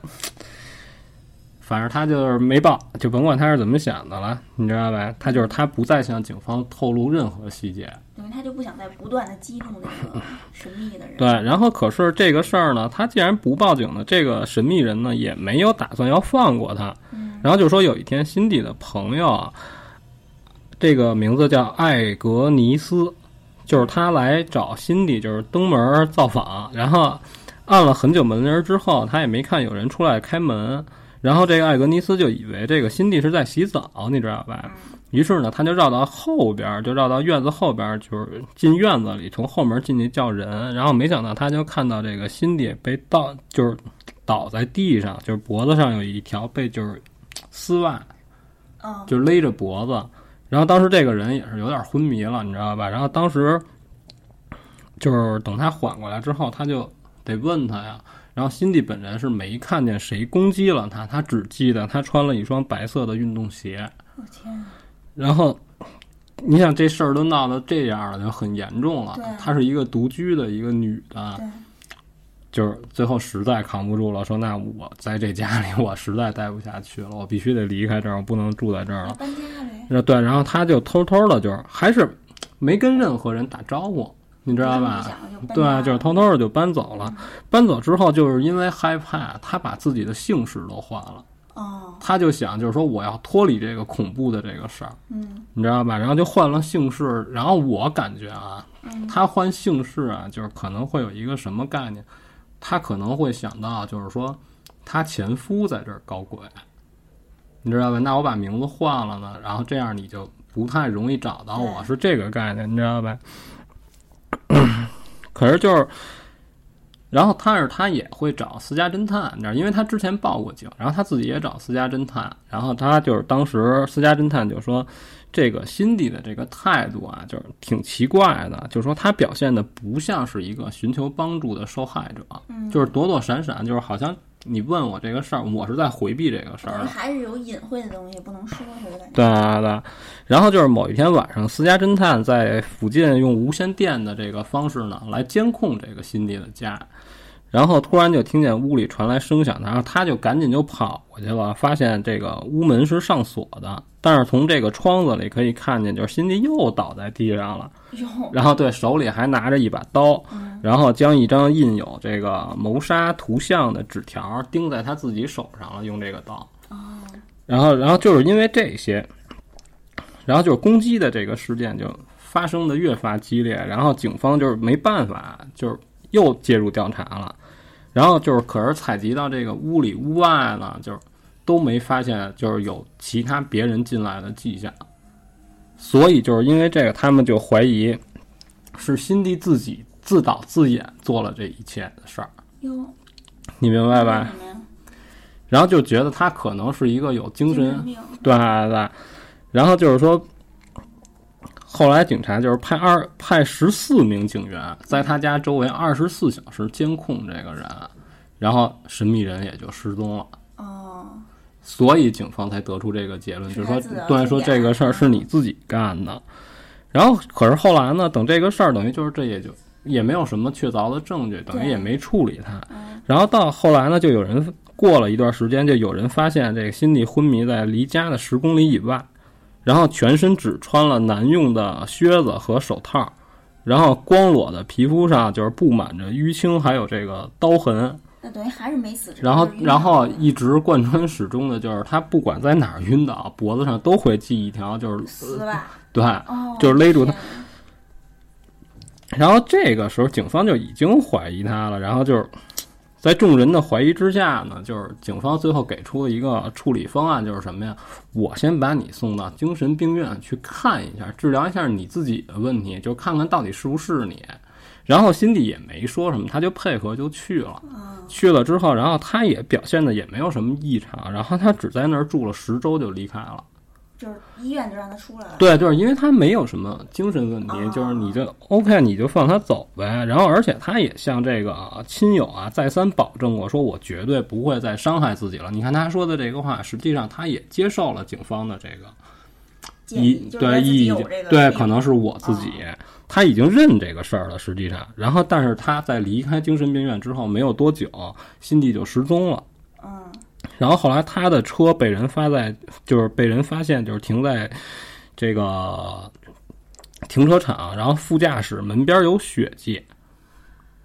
B: 反正她就是没报，就甭管她是怎么想的了，你知道吧？她就是她不再向警方透露任何细节，
A: 等于他就不想再不断的激怒那 个神秘的人。
B: 对，然后可是这个事儿呢，他既然不报警呢，这个神秘人呢也没有打算要放过他。
A: 嗯
B: 然后就说有一天，辛迪的朋友啊，这个名字叫艾格尼斯，就是他来找辛迪，就是登门儿造访，然后按了很久门铃儿之后，他也没看有人出来开门。然后这个艾格尼斯就以为这个辛迪是在洗澡，你知道吧？于是呢，他就绕到后边儿，就绕到院子后边儿，就是进院子里，从后门进去叫人。然后没想到，他就看到这个辛迪被倒，就是倒在地上，就是脖子上有一条被就是丝袜，
A: 哦，
B: 就是勒着脖子。然后当时这个人也是有点昏迷了，你知道吧？然后当时就是等他缓过来之后，他就得问他呀。然后辛迪本人是没看见谁攻击了他，他只记得他穿了一双白色的运动鞋。
A: 我天啊，
B: 然后，你想这事儿都闹到这样了，就很严重了
A: 对啊。
B: 她是一个独居的一个女的，
A: 对，
B: 就是最后实在扛不住了，说：“那我在这家里，我实在待不下去了，我必须得离开这儿，我不能住在这儿
A: 那
B: 了。
A: 搬家呗”，
B: 那对，然后她就偷偷的，就是还是没跟任何人打招呼，你知道吧？
A: 嗯
B: 对啊，就是偷偷的就搬走了。搬走之后，就是因为害怕，她把自己的姓氏都换了。
A: 哦，
B: 她就想，就是说我要脱离这个恐怖的这个事儿。
A: 嗯
B: 你知道吧？然后就换了姓氏，然后我感觉啊，
A: 嗯
B: 他换姓氏啊，就是可能会有一个什么概念，他可能会想到就是说，他前夫在这儿搞鬼，你知道吧？那我把名字换了呢，然后这样你就不太容易找到我，
A: 对
B: 是这个概念，你知道吧？ 可是就是，然后他是他也会找私家侦探，你知道，因为他之前报过警，然后他自己也找私家侦探，然后他就是当时私家侦探就说，这个辛迪的这个态度啊，就是挺奇怪的，就是说他表现的不像是一个寻求帮助的受害者，
A: 嗯
B: 就是躲躲闪闪，就是好像你问我这个事儿，我是在回避这个事儿
A: 等于
B: 的。
A: 还是有隐晦的东西不能说出来的感觉。
B: 对对对，然后就是某一天晚上，私家侦探在附近用无线电的这个方式呢，来监控这个辛迪的家，然后突然就听见屋里传来声响，然后他就赶紧就跑过去了，发现这个屋门是上锁的，但是从这个窗子里可以看见，就是辛迪又倒在地上了，
A: 哟，
B: 然后对手里还拿着一把刀，然后将一张印有这个谋杀图像的纸条钉在他自己手上了，用这个刀。
A: 哦，
B: 然后，然后就是因为这些，然后就是攻击的这个事件就发生的越发激烈，然后警方就是没办法，就是又介入调查了。然后就是，可是采集到这个屋里屋外呢，就是都没发现就是有其他别人进来的迹象，所以就是因为这个，他们就怀疑是辛迪自己自导自演做了这一切的事儿，
A: 哟，
B: 你明白吧？
A: 什么呀？
B: 然后就觉得他可能是一个有精神
A: 病，
B: 对对，然后就是说，后来警察就是派二派十四名警员在他家周围二十四小时监控这个人，然后神秘人也就失踪了。
A: 哦，
B: 所以警方才得出这个结论，就是是
A: 他
B: 说
A: 自导
B: 对，
A: 自啊
B: 说这
A: 演
B: 个事儿是你自己干的。然后，可是后来呢，等这个事儿，等于就是这也就也没有什么确凿的证据，等于
A: 对嗯
B: 也没处理它。然后到后来呢，就有人过了一段时间，就有人发现这个辛蒂昏迷在离家的十公里以外，然后全身只穿了男用的靴子和手套，然后光裸的皮肤上就是布满着淤青，还有这个刀痕。
A: 那等于还是没死，只
B: 然后
A: 是，晕
B: 然后
A: 了
B: 一直贯穿始终的就是他不管在哪儿晕倒，脖子上都会系一条，就是
A: 丝袜
B: 对。
A: 哦，
B: 呃就是勒住他
A: 天哪
B: 然后这个时候警方就已经怀疑他了，然后就是在众人的怀疑之下呢，就是警方最后给出了一个处理方案，就是什么呀？我先把你送到精神病院去看一下，治疗一下你自己的问题，就看看到底是不是你。然后辛迪也没说什么，他就配合就去了。去了之后，然后他也表现的也没有什么异常，然后他只在那儿住了十周就离开了。
A: 就是医院就让他出来了，
B: 对，就是因为他没有什么精神问题，
A: 哦
B: 就是你就 OK，你就放他走呗。然后，而且他也向这个啊亲友啊再三保证过，说我绝对不会再伤害自己了。你看他说的这个话，实际上他也接受了警方的这个
A: 建
B: 意
A: 议，就是他
B: 对
A: 自己
B: 意
A: 有
B: 见
A: 这个，啊
B: 对，
A: 病
B: 可能是我自己，他已经认这个事儿了。实际上，然后但是他在离开精神病院之后没有多久，辛蒂就失踪了。
A: 嗯，
B: 然后后来他的车被人发在，就是被人发现，就是停在这个停车场，然后副驾驶门边有血迹，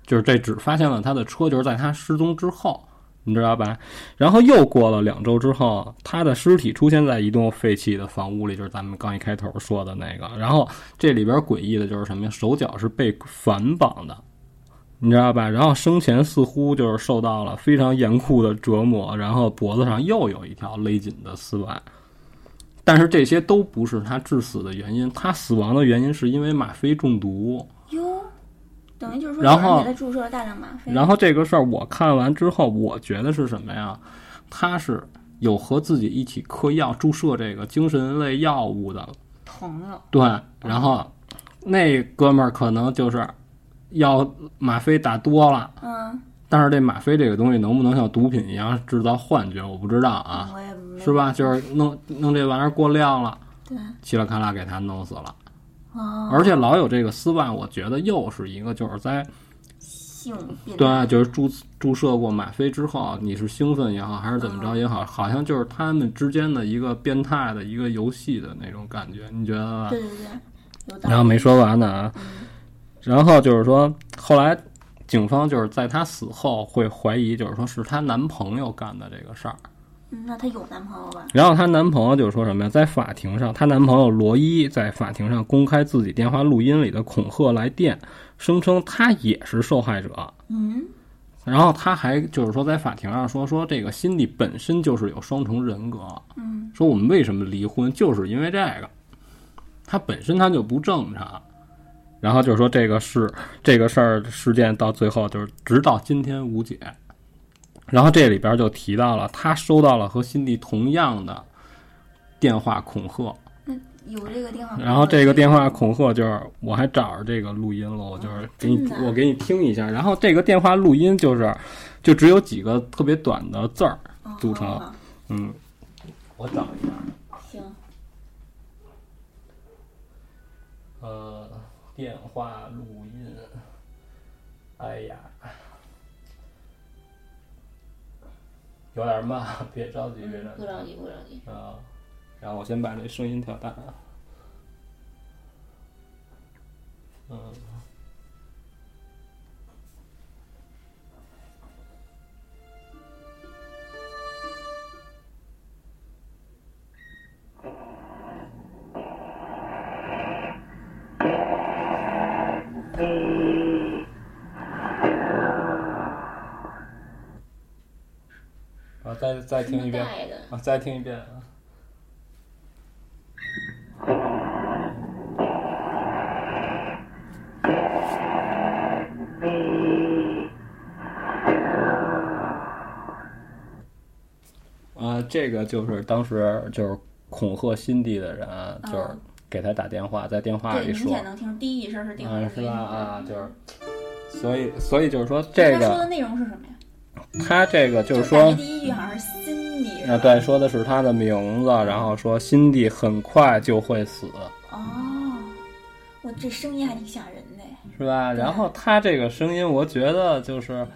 B: 就是这只发现了他的车，就是在他失踪之后，你知道吧？然后又过了两周之后，他的尸体出现在一栋废弃的房屋里，就是咱们刚一开头说的那个。然后这里边诡异的就是什么呀？手脚是被反绑的。你知道吧？然后生前似乎就是受到了非常严酷的折磨，然后脖子上又有一条勒紧的丝袜，但是这些都不是他致死的原因，他死亡的原因是因为吗啡中毒。
A: 哟，等于就是说
B: 然
A: 有人
B: 后
A: 给他注射了大量吗啡，
B: 然后这个事儿我看完之后，我觉得是什么呀？他是有和自己一起嗑药注射这个精神类药物的
A: 朋友
B: 对，
A: 嗯
B: 然后那哥们儿可能就是要吗啡打多了，
A: 嗯，
B: 但是这吗啡这个东西能不能像毒品一样制造幻觉，我不知道啊，
A: 我也没
B: 是吧？就是弄弄这玩意儿过量了，
A: 嗯对
B: 嘁啦咔啦给他弄死了，
A: 哦，
B: 而且老有这个丝袜，我觉得又是一个就是在
A: 性病
B: 对，啊就是注注射过吗啡之后，你是兴奋也好，还是怎
A: 嗯
B: 么着也好，好像就是他们之间的一个变态的一个游戏的那种感觉，你觉得吧？
A: 对对对，有道理
B: 然后没说完呢啊，然后就是说，后来警方就是在她死后会怀疑，就是说是她男朋友干的这个事儿。
A: 嗯那她有男朋友吧？
B: 然后她男朋友就说什么呀？在法庭上，她男朋友罗伊在法庭上公开自己电话录音里的恐吓来电，声称他也是受害者。
A: 嗯，
B: 然后他还就是说，在法庭上说说这个辛蒂本身就是有双重人格，
A: 嗯，
B: 说我们为什么离婚，就是因为这个，他本身他就不正常。然后就是说这个事这个事儿事件到最后就是直到今天无解。然后这里边就提到了他收到了和辛蒂同样的电话恐吓，
A: 那有这个电话，
B: 然后这个电话恐吓就是，我还找着这个录音了，我就是给你
A: 真的啊
B: 我给你听一下。然后这个电话录音就是，就只有几个特别短的字儿，
A: 哦
B: 组成
A: 好好好
B: 嗯，我找一下，
A: 行，
B: 呃，电话录音，哎呀，有点慢，别着急，别着
A: 不着急不着急，
B: 啊，然后我先把这声音调大啊。嗯。啊，再再听一遍。
A: 带的
B: 啊，再听一遍。啊，这个就是当时就是恐吓辛蒂的人，啊就是给他打电话，在电话
A: 嗯对，
B: 里
A: 明
B: 说，
A: 显能听出第一声是电话
B: 嗯，
A: 录
B: 是
A: 音
B: 吧？啊，就是，所以所以就是说这
A: 他说
B: 个
A: 的内容是什么呀？
B: 他这个就是
A: 感
B: 说
A: 觉，第一句好像是辛辛迪是吧
B: 啊，对，说的是他的名字，然后说辛迪很快就会死，
A: 哦，我这声音还挺吓人的哎。
B: 是吧？然后他这个声音，我觉得就是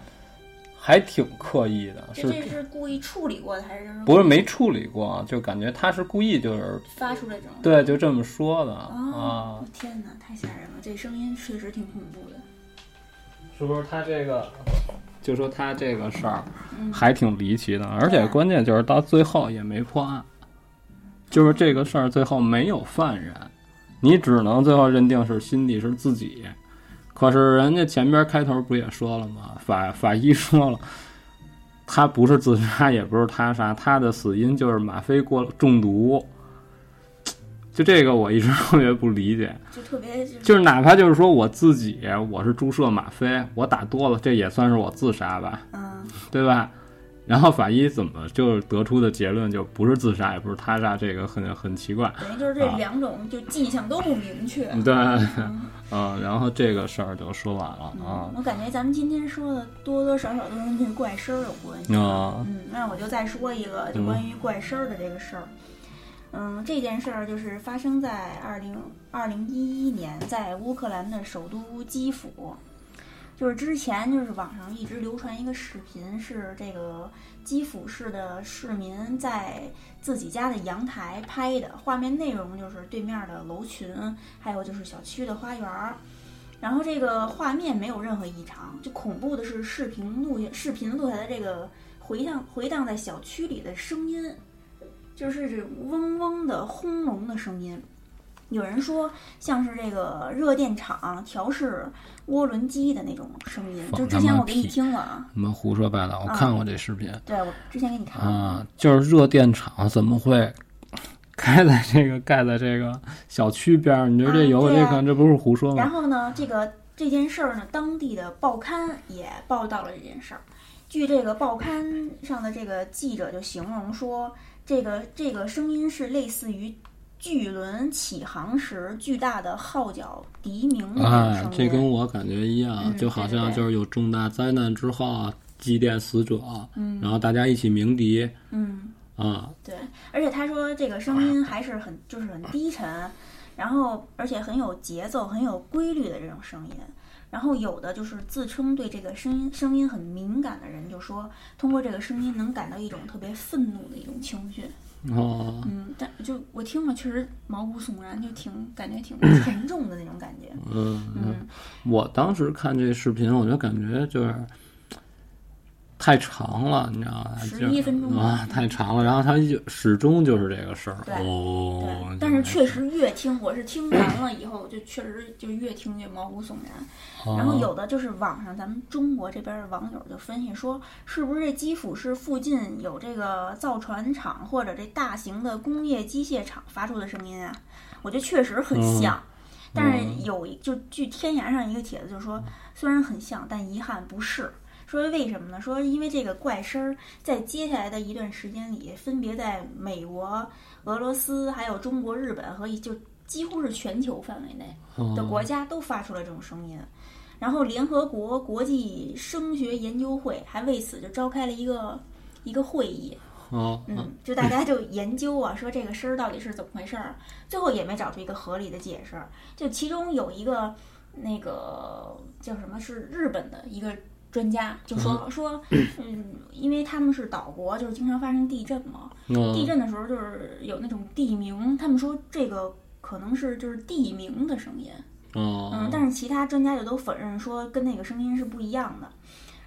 B: 还挺刻意的，
A: 这
B: 是
A: 这是故意处理过的还是就是
B: 不是没处理过？啊就感觉他是故意就是
A: 发出这种？
B: 对，就这么说的啊
A: 哦，。天哪，太吓人了！这声音确实挺恐怖的。
B: 是不是他这个？就说他这个事儿
A: 嗯
B: 还挺离奇的，而且
A: 对
B: 关键就是到最后也没破案，就是这个事儿最后没有犯人，你只能最后认定是辛迪是自己。可是人家前边开头不也说了吗？法法医说了，他不是自杀，也不是他杀，他的死因就是吗啡过中毒。就这个我一直 特别不理解，
A: 就特别就是
B: 就是哪怕就是说我自己，我是注射吗啡，我打多了，这也算是我自杀吧，
A: 嗯，
B: 对吧？然后法医怎么就是得出的结论就不是自杀，也不是他杀，这个很很奇怪。
A: 等于就是
B: 啊
A: 这两种就迹象都不明确。
B: 对， 嗯，然后这个事儿就说完了啊
A: 嗯，我感觉咱们今天说的多多少少都跟这个怪声儿有关系。
B: 啊
A: 嗯，那我就再说一个，就关于怪声儿的这个事儿。嗯，这件事儿就是发生在二零二零一一年，在乌克兰的首都基辅。就是之前就是网上一直流传一个视频，是这个基辅市的市民在自己家的阳台拍的，画面内容就是对面的楼群，还有就是小区的花园儿。然后这个画面没有任何异常，就恐怖的是视频录视频录下来这个回荡回荡在小区里的声音，就是这种嗡嗡的轰隆的声音。有人说像是这个热电厂调试涡轮机的那种声音，
B: 放
A: 就
B: 他
A: 之前
B: 妈
A: 我给你
B: 屁
A: 听了啊，
B: 他妈胡说八道！我
A: 啊
B: 看过这视频
A: 对我之前给你看了，
B: 啊，就是热电厂怎么会 开在这个盖在这个小区边儿？你觉得这
A: 啊
B: 有
A: 对
B: 这
A: 啊
B: 看这不是胡说
A: 然
B: 吗？
A: 后呢，这个这件事儿呢，当地的报刊也报道了这件事儿。据这个报刊上的这个记者就形容说，这个这个声音是类似于巨轮起航时巨大的号角笛鸣的
B: 哎，
A: 种
B: 这
A: 声
B: 跟
A: 音。
B: 我感觉一样，
A: 嗯
B: 就好像
A: 对对对
B: 就是有重大灾难之后啊，祭奠死者，
A: 嗯
B: 然后大家一起鸣笛
A: 嗯，
B: 啊，
A: 对。而且他说这个声音还是很就是很低沉，然后而且很有节奏、很有规律的这种声音。然后有的就是自称对这个声音声音很敏感的人，就说通过这个声音能感到一种特别愤怒的一种情绪。
B: 然后
A: 嗯，但就我听了确实毛骨悚然，就挺感觉挺沉重的那种感觉。
B: 嗯，
A: 嗯，
B: 我当时看这视频，我就感觉就是太长了，你知道吧？
A: 11
B: 就是
A: 分钟
B: 啊，太长了。然后他就始终就是这个事儿
A: 对对
B: 哦，，
A: 但是确实越听，我是听完了以后就确实就越听越毛骨悚然。
B: 哦
A: 然后有的就是网上咱们中国这边的网友就分析说，是不是这基辅市附近有这个造船厂或者这大型的工业机械厂发出的声音啊？我觉得确实很像。但是有一就据天涯上一个帖子就说，虽然很像，但遗憾不是。说为什么呢？说因为这个怪声儿在接下来的一段时间里，分别在美国、俄罗斯、还有中国、日本和一就几乎是全球范围内，
B: 哦
A: 的国家都发出了这种声音。然后，联合国国际声学研究会还为此就召开了一个一个会议，
B: 哦，
A: 嗯，就大家就研究啊，说这个声儿到底是怎么回事儿，最后也没找出一个合理的解释。就其中有一个那个叫什么是日本的一个专家就说说，嗯，因为他们是岛国，就是经常发生地震嘛，地
B: 嗯
A: 震的时候就是有那种地鸣，他们说这个可能是就是地鸣的声音。嗯，
B: 哦，
A: 但是其他专家就都否认说跟那个声音是不一样的。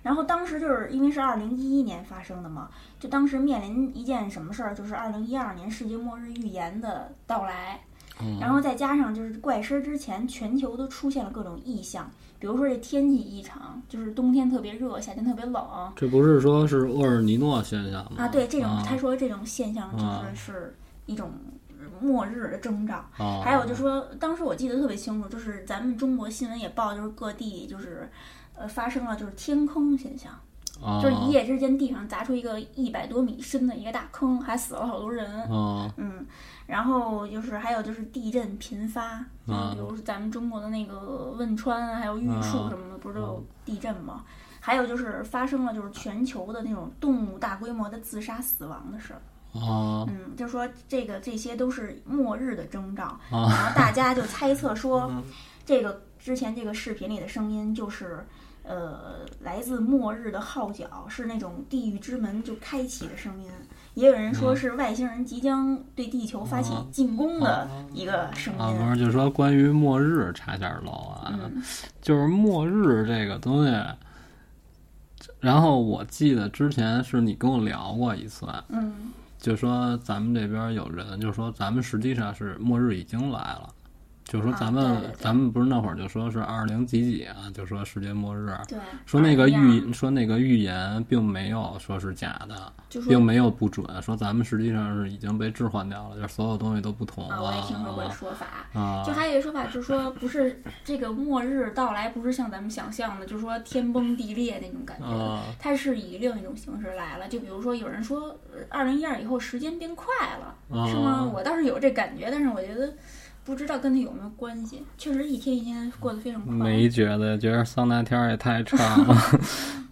A: 然后当时就是因为是二零一一年发生的嘛，就当时面临一件什么事儿，就是二零一二年世界末日预言的到来，
B: 哦嗯
A: 然后再加上就是怪声之前，全球都出现了各种异象，比如说这天气异常，就是冬天特别热，夏天特别冷，
B: 这不是说是厄尔尼诺现象吗？
A: 啊，对，这种、
B: 啊
A: 他说这种现象就
B: 啊
A: 是是一种末日的征兆。
B: 啊
A: 还有就说，当时我记得特别清楚，就是咱们中国新闻也报，就是各地就是。呃，发生了就是天坑现象，
B: 啊
A: 就是一夜之间地上砸出一个一百多米深的一个大坑，还死了好多人。
B: 啊
A: 嗯，然后就是还有就是地震频发，就是比如咱们中国的那个汶川啊还有玉树什么的，不是都有地震吗？还有就是发生了就是全球的那种动物大规模的自杀死亡的事儿。
B: 啊
A: 嗯，就说这个这些都是末日的征兆，然
B: 啊，嗯
A: 后大家就猜测说，这个之前这个视频里的声音就是。呃，来自末日的号角是那种地狱之门就开启的声音，也有人说是外星人即将对地球发起
B: 嗯
A: 进攻的一个声
B: 啊，
A: 音。
B: 不是，就说关于末日差点漏啊，
A: 嗯
B: 就是末日这个东西。然后我记得之前是你跟我聊过一次，
A: 嗯
B: 就说咱们这边有人就说咱们实际上是末日已经来了，就说
A: 啊
B: 咱们、
A: 对对对
B: 咱们不是那会儿就说是二零几几啊，就说世界末日，
A: 对，
B: 说那个
A: 哎呀
B: 预说那个预言并没有说是假的，
A: 就说
B: 并没有不准，说咱们实际上是已经被置换掉了，就是所有东西都不同
A: 啊，我也听说过这
B: 了
A: 说法。
B: 啊
A: 就还有一个说法，就是说不是这个末日到来，不是像咱们想象的，就是说天崩地裂那种感觉，
B: 啊
A: 它是以另一种形式来了。就比如说有人说，二零一二以后时间变快了，
B: 啊！
A: 是吗？我倒是有这感觉，但是我觉得不知道跟它有没有关系。确实一天一天过得非常快。
B: 没觉得，觉得桑拿天儿也太长 了。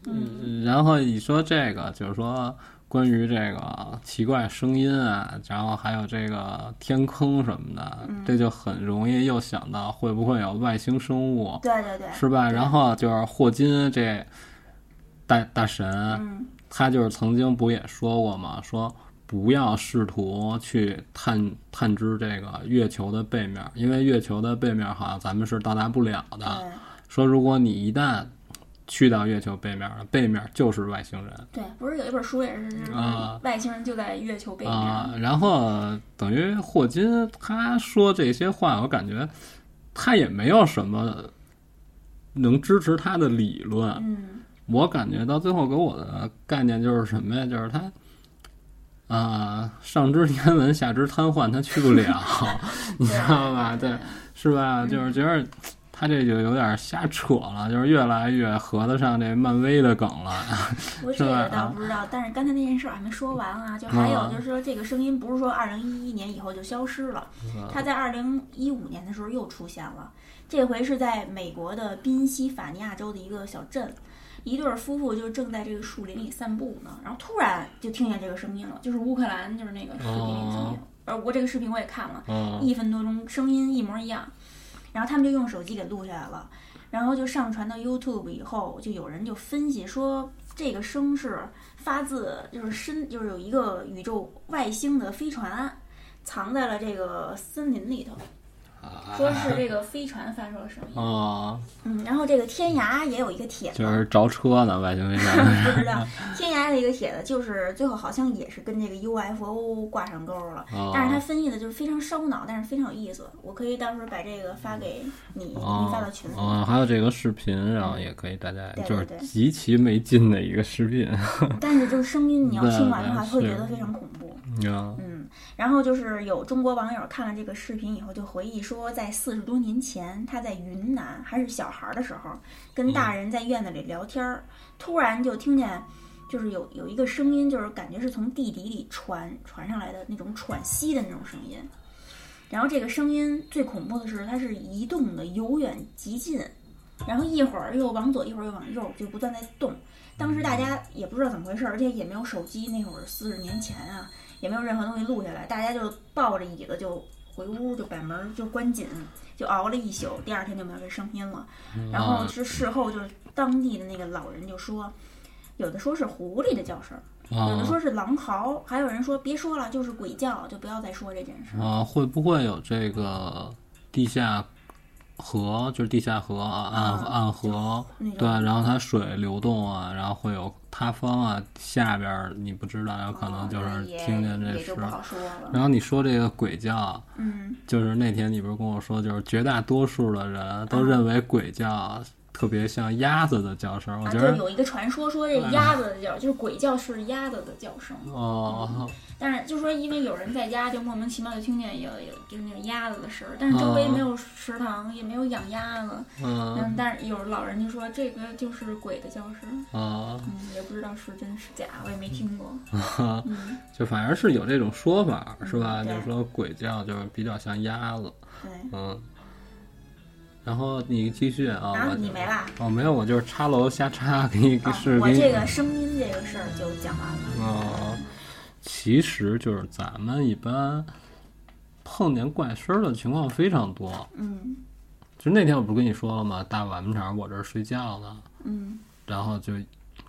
B: 嗯然后你说这个，就是说关于这个奇怪声音啊，然后还有这个天坑什么的，
A: 嗯
B: 这就很容易又想到会不会有外星生物，
A: 对对对，
B: 是吧？然后就是霍金这大大神，
A: 嗯
B: 他就是曾经不也说过嘛，说不要试图去探探知这个月球的背面，因为月球的背面好像咱们是到达不了的。
A: 对
B: 说如果你一旦去到月球背面了，背面就是外星人
A: 对，不是有一本书也是
B: 啊
A: 外星人就在月球背面。
B: 啊、然后等于霍金他说这些话，我感觉他也没有什么能支持他的理论。
A: 嗯，
B: 我感觉到最后给我的概念就是什么呀？就是他。啊、上知天文，下知瘫痪，他去不了， 你知道吧？对，是
A: 嗯
B: 吧？就是觉得他这就有点瞎扯了，就是越来越合得上这漫威的梗了。
A: 我
B: 是
A: 这
B: 吧
A: 个倒不知道，但是刚才那件事儿还没说完啊，就还有
B: 啊
A: 就是说，这个声音不是说二零一一年以后就消失了，
B: 啊
A: 它在二零一五年的时候又出现了，这回是在美国的宾夕法尼亚州的一个小镇。一对儿夫妇就正在这个树林里散步呢，然后突然就听见这个声音了，就是乌克兰就是那个视频里的声音
B: 哦，
A: 而我这个视频我也看了，
B: 嗯
A: 一分多钟，声音一模一样。然后他们就用手机给录下来了，然后就上传到 YouTube 以后，就有人就分析说，这个声是发自就是深就是有一个宇宙外星的飞船藏在了这个森林里头，说是这个飞船发出了 声音。
B: 哦，
A: 嗯，然后这个天涯也有一个帖子
B: 就，是着车呢，外星 人。
A: 不知道天涯的一个帖子，就是最后好像也是跟这个 UFO 挂上钩了。
B: 哦
A: 但是他分析的就是非常烧脑，但是非常有意思。我可以到时候把这个发给你，
B: 哦
A: 你发到群里。
B: 哦，还有这个视频，然后也可以大家
A: 对对
B: 就是
A: 对
B: 极其没劲的一个视频
A: 但是就是声音，你要听完的话，
B: 对对
A: 会觉得非常恐怖。
B: 啊
A: 嗯，然后就是有中国网友看了这个视频以后，就回忆说，在四十多年前，他在云南还是小孩儿的时候，跟
B: 嗯
A: 大人在院子里聊天儿，突然就听见，就是有有一个声音，就是感觉是从地底里传传上来的那种喘息的那种声音。然后这个声音最恐怖的是，它是移动的，由远及近，然后一会儿又往左，一会儿又往右，就不断在动。当时大家也不知道怎么回事，而且也没有手机，那会儿四十年前啊，也没有任何东西录下来，大家就抱着椅子就回屋，就把门就关紧，就熬了一宿，第二天就没有这声音了。然后是事后就是当地的那个老人就说，有的说是狐狸的叫声，有的
B: 啊
A: 说是狼嚎，还有人说别说了，就是鬼叫，就不要再说这件事。
B: 啊！会不会有这个地下河，就是地下河啊，暗
A: 啊
B: 暗河？
A: 那
B: 对，
A: 种
B: 然后它水流动啊，然后会有塌方啊，下边儿你不知道，有可能就是
A: 哦嗯也
B: 听见这嗯
A: 也就
B: 声
A: 不
B: 儿。
A: 好说了。
B: 然后你说这个鬼叫，啊
A: 嗯，
B: 就是那天你不是跟我说，就是绝大多数的人
A: 嗯
B: 都认为鬼叫啊特别像鸭子的叫声，我
A: 啊，
B: 觉
A: 就
B: 得嗯
A: 有一个传说说这鸭子的叫，就是鬼叫是鸭子的叫声。
B: 哦，
A: 但是就说因为有人在家就莫名其妙就听见有有就是那种鸭子的声儿，但是周围没有食堂，也没有养鸭子。
B: 啊嗯
A: 嗯，但是有老人就说这个就是鬼的叫声，
B: 啊，
A: 嗯，也不知道是真是假，我也没听过。 嗯，
B: 就反正是有这种说法，是吧？
A: 嗯
B: 就
A: 对
B: 啊是说鬼叫就是比较像鸭子，
A: 对。
B: 嗯，然后你继续啊，
A: 啊
B: 我，
A: 你没啦？
B: 哦，没有，我就是插楼瞎插，给你
A: 啊，
B: 是
A: 我
B: 给你。
A: 这个声音这个事儿就讲完了。
B: 呃，其实就是咱们一般碰见怪声儿的情况非常多。
A: 嗯
B: 就那天我不是跟你说了吗？大晚上我这儿睡觉呢，
A: 嗯，
B: 然后就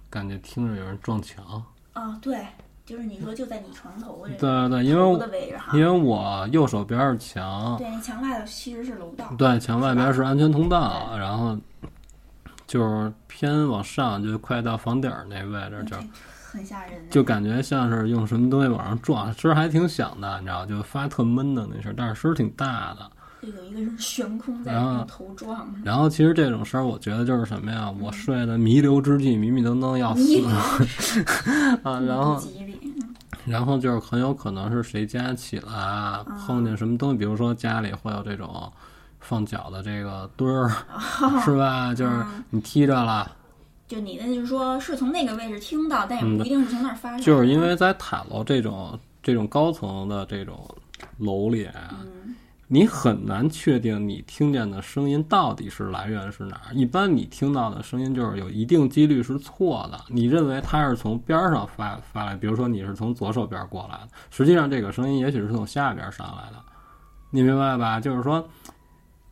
B: 感觉听着有人撞墙。
A: 哦，对，就是你说就在你床头
B: 对
A: 这
B: 对对，因为
A: 头
B: 我
A: 的位置哈
B: 因。为我右手边是墙，
A: 对，那墙外头其实是楼道。
B: 对，墙外边是安全通道，然后就是偏往上，就快到房顶儿那位置，就
A: 这很吓人的。
B: 就感觉像是用什么东西往上撞，声还挺响的，你知道，就发特闷的那声，但是声儿挺大的。
A: 就有一个人悬空在
B: 然后
A: 你头撞，
B: 然后其实这种声儿，我觉得就是什么呀，我睡得弥留之际，迷迷瞪瞪要死
A: 迷
B: 啊，
A: 嗯
B: 然后
A: 不吉利。嗯
B: 然后就是很有可能是谁家起来啊碰见什么东西，比如说家里会有这种放脚的这个墩儿，是吧？就是你踢着了。
A: 就你的就是说是从那个位置听到，但也不一定是从那儿发生的。
B: 嗯就是因为在塔楼这种这种高层的这种楼里啊，
A: 嗯
B: 你很难确定你听见的声音到底是来源是哪儿。一般你听到的声音就是有一定几率是错的，你认为它是从边儿上发发来，比如说你是从左手边儿过来的，实际上这个声音也许是从下边儿上来的，你明白吧？就是说，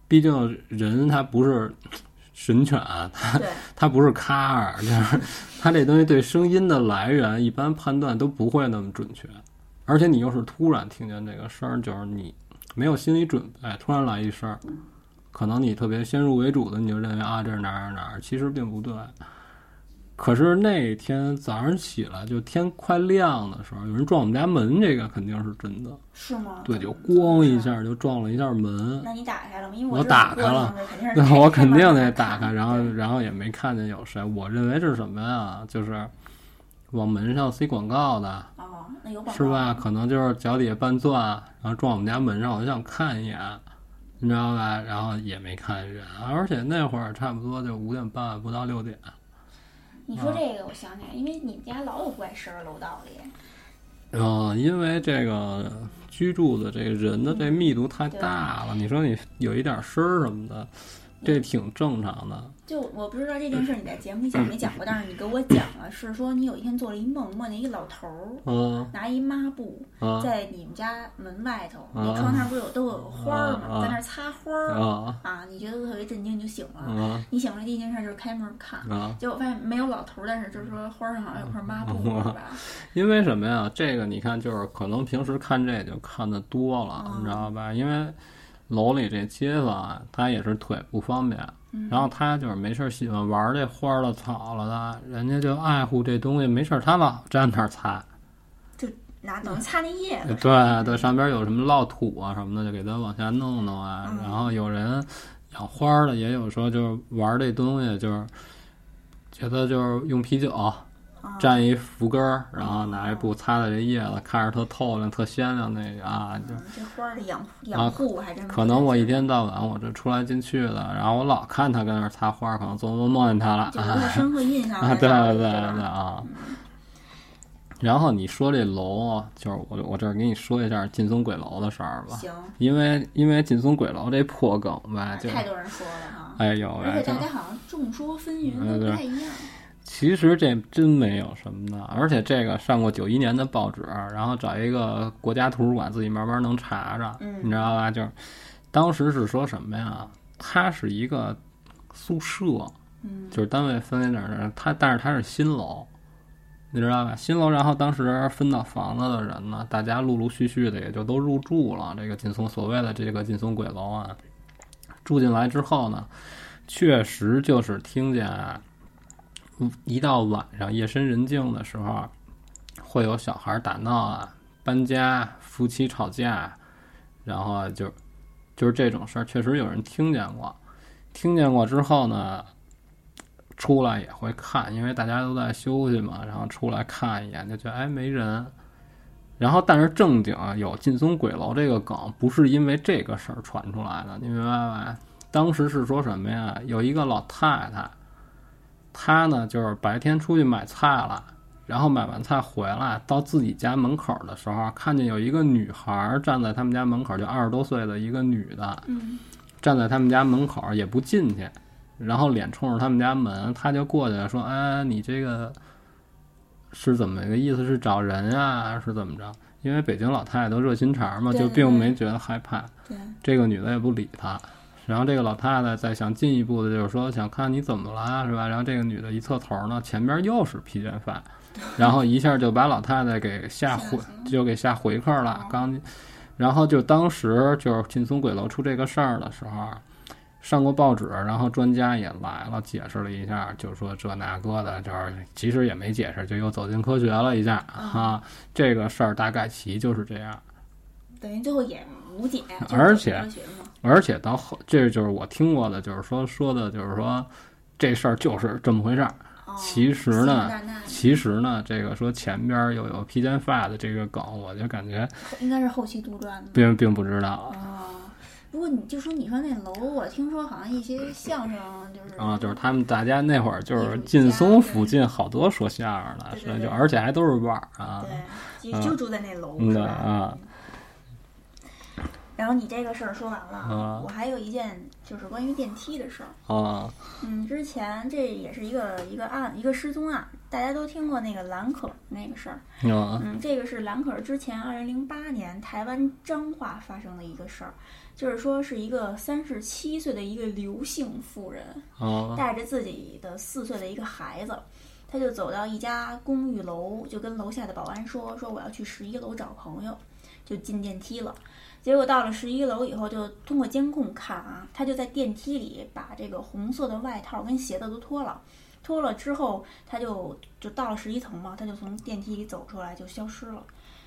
B: 毕竟人他不是神犬，啊
A: 对，
B: 它不是卡尔， 就是它这东西对声音的来源一般判断都不会那么准确，而且你又是突然听见这个声儿，就是你没有心理准备，突然来一声儿，可能你特别先入为主的你就认为啊这是哪儿哪儿哪儿，其实并不对。可是那天早上起来就天快亮的时候，有人撞我们家门，这个肯定是真的。
A: 是吗？
B: 对，就咣一下就撞了一下门，
A: 那你打开了吗？因为
B: 我
A: 知道
B: 打
A: 你
B: 开
A: 过去的时候肯定是
B: 了 那
A: 开
B: 我肯定
A: 门
B: 得
A: 看
B: 打开，然后
A: 对
B: 然后也没看见有谁。我认为是什么呀？就是往门上塞广告的，
A: 哦，那有广告
B: 是？吧？可能就是脚底下拌钻，然后撞我们家门上，我就想看一眼，你知道吧？然后也没看见，而且那会儿差不多就五点半不到六点。
A: 你
B: 啊
A: 说这个，我想起来，因为你们家老有怪声儿，楼道里。
B: 嗯，因为这个居住的这个人的这密度太
A: 嗯对
B: 大了，你说你有一点声儿什么的，这挺正常的。
A: 就我不知道这
B: 嗯
A: 件事儿你在节目里讲没讲过，但是你给我讲了，是说你有一天做了一梦，梦见一个老头儿
B: 嗯
A: 拿一抹布
B: 嗯
A: 在你们家门外头，
B: 啊
A: 那窗台不是有都有花儿吗？
B: 啊啊
A: 在那儿擦花儿
B: 啊
A: 啊，你觉得特别震惊，你就醒了。
B: 啊
A: 你醒来第一件事就是开门看，
B: 啊！
A: 结果发现没有老头儿，但是就是说花儿上好像有块抹布，
B: 嗯
A: 是吧？
B: 因为什么呀？这个你看，就是可能平时看这就看的多了，你知道吧？因为楼里这街坊啊，他也是腿不方便，然后他就是没事儿喜欢玩这花儿了草了的，人家就爱护这东西，没事儿他老站那儿擦，
A: 拿等于擦那叶子，
B: 对对，上边有什么落土啊什么的，就给它往下弄弄
A: 嗯
B: 啊。然后有人养花儿的，也有说就是玩这东西，就是觉得就是用啤酒
A: 啊
B: 蘸一扶根儿，然后
A: 哦
B: 拿一布擦擦这叶子，看着特透亮、特鲜亮那个啊，就
A: 嗯这花儿的养护养护还真不
B: 啊可能我一天到晚我这出来进去的，然后我老看他跟那儿擦花儿，可能做梦梦见他了
A: 就
B: 啊
A: 留下深刻印象在
B: 啊，对
A: 脑
B: 对
A: 里
B: 对
A: 是吧嗯
B: 对啊。然后你说这楼啊，就是我我这儿给你说一下劲松鬼楼的事儿吧，
A: 行，啊
B: 因为因为劲松鬼楼这破梗吧，啊就
A: 太多人说了啊哈。
B: 哎呦
A: 而
B: 喂，
A: 且
B: 就
A: 大家好像众说纷纭，
B: 嗯
A: 都
B: 对
A: 不太一样。
B: 其实这真没有什么的，而且这个上过九一年的报纸，然后找一个国家图书馆自己慢慢能查着，
A: 嗯
B: 你知道吧？就是当时是说什么呀？它是一个宿舍，
A: 嗯，
B: 就是单位分在哪儿哪儿，它但是它是新楼，你知道吧？新楼，然后当时分到房子的人呢，大家陆陆续续的也就都入住了这个劲松所谓的这个劲松鬼楼啊。住进来之后呢，确实就是听见啊，嗯一到晚上夜深人静的时候，会有小孩打闹啊、搬家、夫妻吵架，然后啊就就是这种事儿，确实有人听见过。听见过之后呢，出来也会看，因为大家都在休息嘛，然后出来看一眼就觉得哎没人。然后，但是正经啊有劲松鬼楼这个梗，不是因为这个事儿传出来的，你明白吧？当时是说什么呀？有一个老太太，她呢就是白天出去买菜了，然后买完菜回来，到自己家门口的时候，看见有一个女孩站在他们家门口，就二十多岁的一个女的，
A: 嗯，
B: 站在他们家门口也不进去，然后脸冲着他们家门，他就过去了说：“哎，你这个是怎么个意思？是找人啊？是怎么着？”因为北京老太太都热心肠嘛，
A: 对
B: 就
A: 对
B: 并没觉得害怕。
A: 对，
B: 这个女的也不理他。然后这个老太太再想进一步的，就是说想看你怎么了，啊是吧？然后这个女的一侧头呢，前边又是披肩发，然后一下就把老太太给吓回，就给吓回客了。刚，然后就当时就是劲松鬼楼出这个事儿的时候，上过报纸，然后专家也来了，解释了一下，就说这那个的，就是其实也没解释，就又走进科学了一下啊。这个事儿大概其就是这样。
A: 等于最后也无 解，就是
B: 而且
A: 科学嘛
B: 而且到后，这就是我听过的，就是说说的，就是说这事儿就是这么回事儿。
A: 哦
B: 其实
A: 西
B: 呢，
A: 南那
B: 其实呢，这个说前边儿又有披肩发的这个梗，我就感觉
A: 应该是后期杜撰的
B: 并并不知道
A: 哦。不过你就说你说那楼，我听说好像一些相声就是
B: 啊、就是他们大家那会儿就是
A: 艺术家
B: 劲松附近好多说相声的，
A: 对
B: 所
A: 对
B: 以
A: 对
B: 就而且还都是腕儿啊，
A: 对，
B: 啊
A: 就就住在那楼
B: 嗯
A: 是
B: 的
A: 吧？
B: 啊，
A: 然后你这个事儿说完了啊
B: 啊，
A: 我还有一件就是关于电梯的事儿。
B: 啊
A: 嗯，之前这也是一个一个案，一个失踪案，大家都听过那个蓝可儿那个事儿。
B: 啊
A: 嗯，这个是蓝可儿之前二零零八年台湾彰化发生的一个事儿，就是说是一个三十七岁的一个刘姓妇人，
B: 啊
A: 带着自己的四岁的一个孩子，他就走到一家公寓楼，就跟楼下的保安说：“说我要去十一楼找朋友。”就进电梯了。结果到了十一楼以后，就通过监控看啊，他就在电梯里把这个红色的外套跟鞋子都脱了。脱了之后，他就就到了十一层嘛，他就从电梯里走出来，就消失了。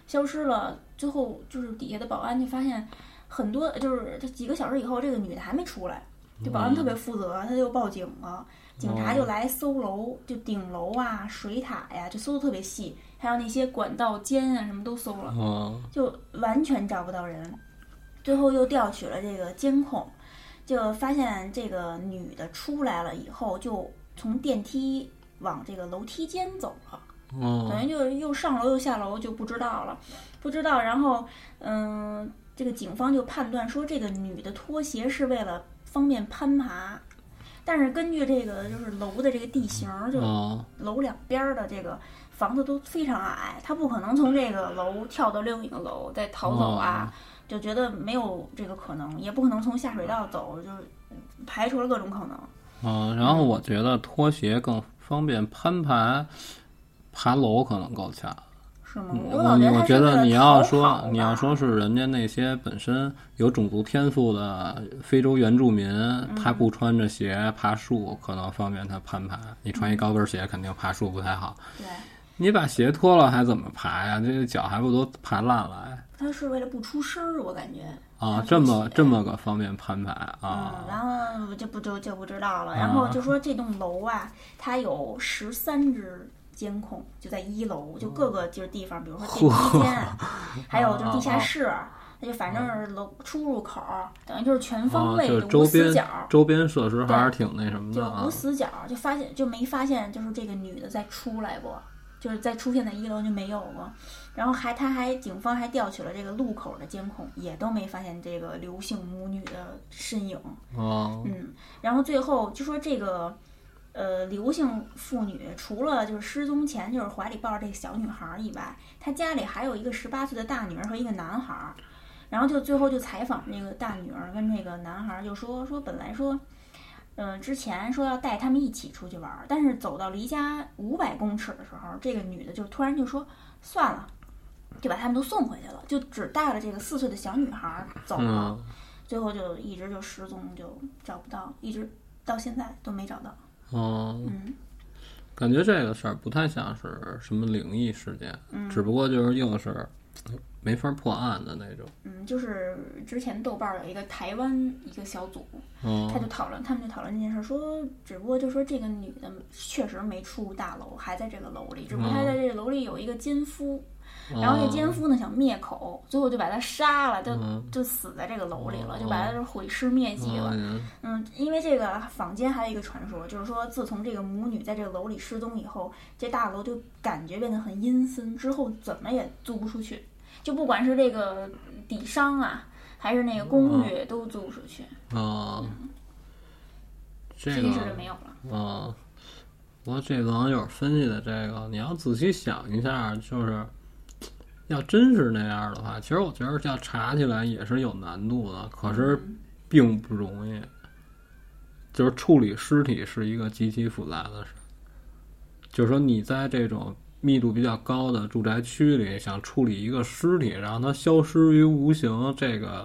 A: 消失了之后，就是底下的保安就发现很多，就是这几个小时以后，这个女的还没出来。这
B: 嗯
A: 保安特别负责，他就报警了，警察就来搜楼，就顶楼啊、水塔呀、就搜的特别细，还有那些管道间啊什么都搜了。
B: 啊
A: 就完全找不到人。最后又调取了这个监控，就发现这个女的出来了以后，就从电梯往这个楼梯间走了，
B: 啊
A: 等于就是又上楼又下楼，就不知道了，不知道。然后，嗯，这个警方就判断说，这个女的脱鞋是为了方便攀爬。但是根据这个就是楼的这个地形，就
B: 啊
A: 楼两边儿的这个房子都非常矮，他不可能从这个楼跳到另一个楼再逃走
B: 哦
A: 啊，就觉得没有这个可能，也不可能从下水道走，就是排除了各种可能。
B: 啊！然后我觉得拖鞋更方便攀爬，爬楼可能够呛。
A: 是吗？
B: 嗯
A: 我老觉
B: 我
A: 他是
B: 觉
A: 为了
B: 得你要
A: 逃跑
B: 说
A: 吧
B: 你要说是人家那些本身有种族天赋的非洲原住民，
A: 嗯
B: 他不穿着鞋爬树，可能方便他攀爬。你穿
A: 嗯
B: 一高跟鞋，肯定爬树不太好。
A: 对，
B: 你把鞋脱了还怎么爬呀？这脚还不都爬烂了
A: 他是为了不出声儿，我感觉。
B: 啊？
A: 穿
B: 这么
A: 鞋
B: 这么个方便攀爬
A: 嗯，
B: 啊？
A: 然后我就不就就不知道了。然后就说这栋楼啊，它有十三只监控，就在一楼，就各个就是地方，比如说电梯间啊，还有就是地下室，
B: 啊
A: 它就反正是楼出入口，等于就是全方
B: 啊，
A: 位
B: 就
A: 的
B: 是
A: 无
B: 周
A: 死
B: 边
A: 角。
B: 周边设施还是挺那什么
A: 就
B: 的啊
A: 无。死角，就发现就没发现，就是这个女的再出来过，就是再出现在一楼就没有过。然后还他还警方还调取了这个路口的监控，也都没发现这个刘姓母女的身影。
B: 啊
A: 嗯，然后最后就说这个，呃，刘姓妇女除了就是失踪前就是怀里抱着这个小女孩儿以外，她家里还有一个十八岁的大女儿和一个男孩儿。然后就最后就采访这个大女儿跟这个男孩儿，就说说本来说，嗯、之前说要带他们一起出去玩儿，但是走到离家五百公尺的时候，这个女的就突然就说算了，就把他们都送回去了，就只带了这个四岁的小女孩儿走了。
B: 嗯
A: 最后就一直就失踪，就找不到，一直到现在都没找到。
B: 嗯。
A: 嗯，
B: 感觉这个事儿不太像是什么灵异事件，
A: 嗯
B: 只不过就是硬是没法破案的那种。
A: 嗯，就是之前豆瓣儿有一个台湾一个小组，他就
B: 嗯
A: 讨论，他们就讨论这件事，说只不过就说这个女的确实没出大楼，还在这个楼里，只不过
B: 嗯
A: 她在这个楼里有一个奸夫，然后这奸夫呢想灭口，最后就把她杀了，就
B: 嗯
A: 就死在这个楼里了，
B: 嗯
A: 就把她这毁尸灭迹了。
B: 嗯
A: 嗯，因为这个坊间还有一个传说，就是说自从这个母女在这个楼里失踪以后，这大楼就感觉变得很阴森，之后怎么也租不出去，就不管是这个底商啊，还是那个公
B: 哦
A: 寓都租出去，
B: 啊，这
A: 实
B: 个
A: 际嗯是没有了。
B: 啊，不过这网友分析的这个，你要仔细想一下，就是要真是那样的话，其实我觉得要查起来也是有难度的，可是并不容易。就是处理尸体是一个极其复杂的事，就是说你在这种密度比较高的住宅区里，想处理一个尸体，让它消失于无形，这个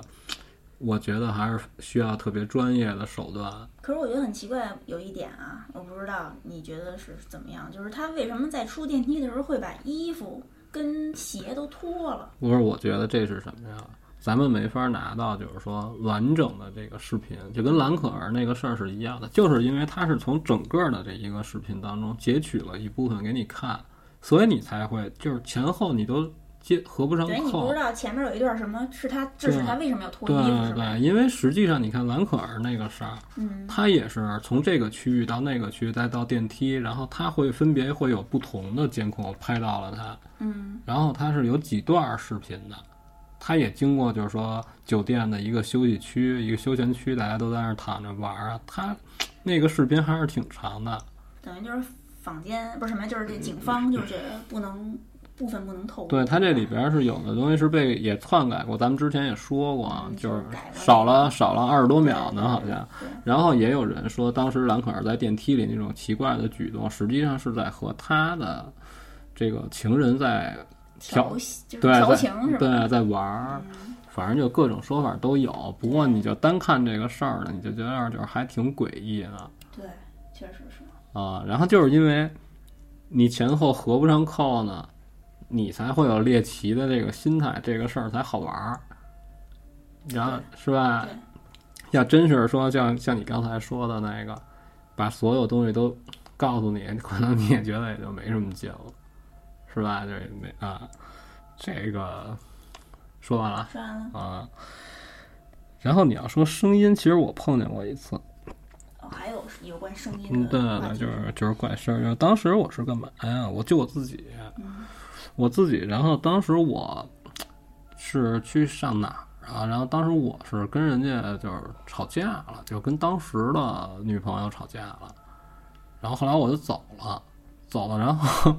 B: 我觉得还是需要特别专业的手段。
A: 可是我觉得很奇怪，有一点啊，我不知道你觉得是怎么样，就是他为什么在出电梯的时候会把衣服跟鞋都脱了？
B: 不是，我觉得这是什么呀？咱们没法拿到，就是说完整的这个视频，就跟蓝可儿那个事儿是一样的，就是因为它是从整个的这一个视频当中截取了一部分给你看，所以你才会就是前后你都接合不上
A: 对，你
B: 扣
A: 不。知道前面有一段什么是他，这是他为什么要脱
B: 对
A: 衣服是
B: 对
A: 吧？
B: 对，因为实际上你看蓝可儿那个事儿，
A: 嗯，
B: 它也是从这个区域到那个区域，再到电梯，然后它会分别会有不同的监控拍到了它，
A: 嗯，
B: 然后它是有几段视频的，它也经过就是说酒店的一个休息区、一个休闲区，大家都在那儿躺着玩儿啊，它那个视频还是挺长的，
A: 等于就是坊间不是什么，就是这警方就是这个不能部分不能透露。
B: 嗯对，它这里边是有的东西是被也篡改过，咱们之前也说过啊，
A: 嗯
B: 就
A: 就是是改了
B: 少了少了二十多秒呢，好像
A: 对。
B: 然后也有人说，当时兰可儿在电梯里那种奇怪的举动，实际上是在和他的这个情人在
A: 调戏就是
B: 对
A: 调
B: 在
A: 情是吧？嗯
B: 对在玩儿。反正就各种说法都有，不过你就单看这个事儿呢，你就觉得就是还挺诡异的。
A: 对，确实是。
B: 啊，然后就是因为你前后合不上扣呢，你才会有猎奇的这个心态，这个事儿才好玩儿，然后是吧
A: 对？
B: 要真是说像像你刚才说的那个，把所有东西都告诉你，可能你也觉得也就没什么劲了，是吧？这那啊，这个说完了。
A: 说完了，
B: 啊。然后你要说声音，其实我碰见过一次，
A: 哦，还有有关声音
B: 嗯，
A: 的
B: 对对
A: 话题
B: 对，就是就是怪事儿。就是当时我是干嘛呀？我就我自己，我自己。然后当时我是去上哪儿啊？然后当时我是跟人家就是吵架了，就跟当时的女朋友吵架了。然后后来我就走了，走了，然后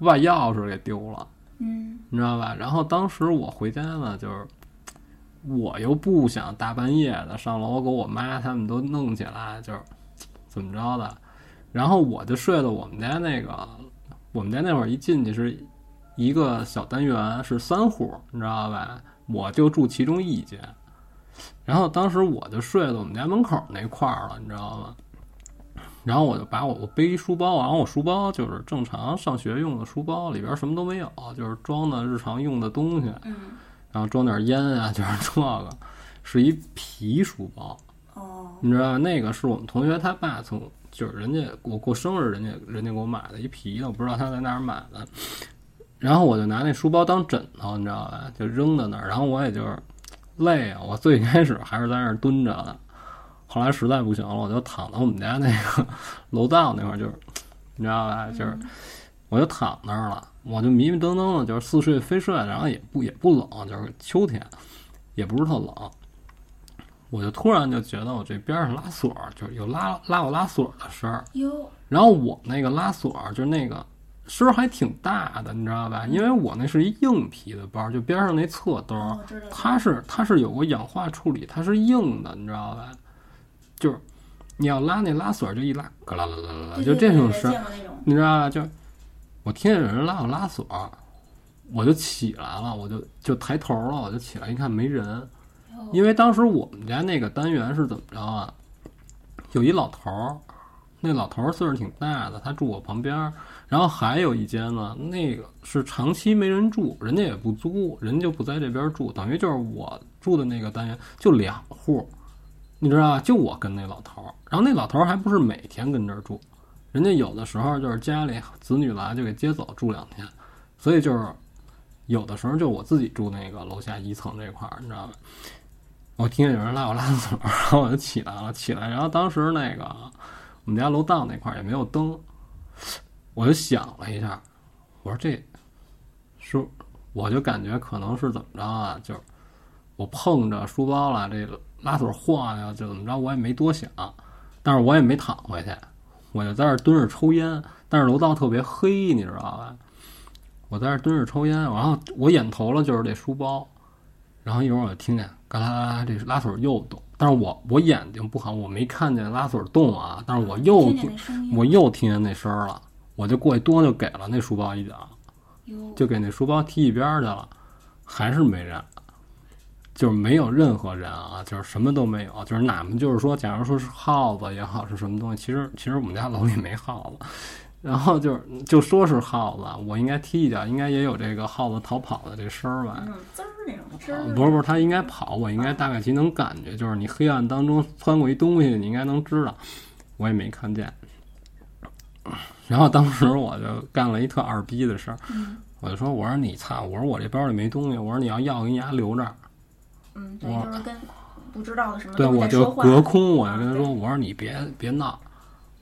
B: 把钥匙给丢了。
A: 嗯，
B: 你知道吧？然后当时我回家呢，就是我又不想大半夜的上楼给我妈他们都弄起来，就是怎么着的。然后我就睡到我们家那个，我们家那会儿一进去是一个小单元，是三户，你知道吧？我就住其中一间。然后当时我就睡到我们家门口那块儿了，你知道吗？然后我就把我我背一书包，然后我书包就是正常上学用的书包，里边什么都没有，就是装的日常用的东西，
A: 嗯，
B: 然后装点烟啊，就是这个，是一皮书包，
A: 哦，
B: 你知道那个是我们同学他爸从就是人家我过生日，人家人家给我买的一皮的，我不知道他在哪儿买的。然后我就拿那书包当枕头，你知道吧？就扔在那儿。然后我也就是累啊，我最开始还是在那儿蹲着的，后来实在不行了，我就躺到我们家那个楼道那块儿，就是你知道吧？就是我就躺那儿了，我就迷迷瞪瞪的，就是似睡非睡，然后也不也不冷，就是秋天，也不是特冷。我就突然就觉得我这边上拉锁，就是有拉拉我拉锁的声儿。
A: 哟，
B: 然后我那个拉锁就是那个声儿还挺大的，你知道吧？因为我那是一硬皮的包，就边上那侧兜，
A: 我哦知道了，
B: 它是它是有过氧化处理，它是硬的，你知道吧？就是你要拉那拉锁，就一拉，咯啦啦啦啦啦，
A: 对
B: 啊
A: 对
B: 就这
A: 对
B: 种
A: 对
B: 声儿，
A: 见过那种，
B: 你知道吧？就我听见有人拉我拉锁，我就起来了，我就就抬头了，我就起来一看没人，
A: 哟
B: 因为当时我们家那个单元是怎么着啊？有一老头儿，那老头儿岁数挺大的，他住我旁边儿。然后还有一间呢，那个是长期没人住，人家也不租，人家就不在这边住，等于就是我住的那个单元就两户，你知道吧？就我跟那老头儿，然后那老头儿还不是每天跟这儿住，人家有的时候就是家里子女来就给接走住两天，所以就是有的时候就我自己住那个楼下一层这块儿，你知道吧？我听见有人拉我拉锁，然后我就起来了，起来，然后当时那个我们家楼道那块儿也没有灯，我就想了一下，我说这是，我就感觉可能是怎么着啊，就是。我我碰着书包了，这拉锁晃呀，就怎么着，我也没多想，但是我也没躺回去，我就在这儿蹲着抽烟，但是楼道特别黑，你知道吧？我在这儿蹲着抽烟，然后我眼头了就是这书包，然后一会儿我就听见嘎啦啦啦，这拉锁又动，但是我我眼睛不好，我没看见拉锁动啊，但是我又
A: 听见那声音，
B: 我又听见那声儿了，我就过去咣就给了那书包一脚，
A: 哟，
B: 就给那书包踢一边儿去了，还是没人，就是没有任何人啊，就是什么都没有，就是哪怕就是说，假如说是耗子也好，是什么东西，其实其实我们家楼里没耗子， 然后就是就说是耗子，啊我应该踢一脚，应该也有这个耗子逃跑的这声儿吧，
A: 那种滋儿那种滋
B: 啊
A: 儿，
B: 不是不是，他应该跑，我应该大概其能感觉，就是你黑暗当中穿过一东西，你应该能知道，我也没看见。然后当时我就干了一特二逼的事儿，
A: 嗯
B: 我就说：“我说你操，我说我这包里没东西，我说你要要给你丫留
A: 啊
B: 这儿。
A: 嗯，等于
B: 我
A: 就是跟不知道的什么
B: 对，
A: 东西
B: 我
A: 在
B: 就
A: 说话，
B: 隔空，我就跟
A: 啊
B: 他
A: 对
B: 说：“我说你别别闹，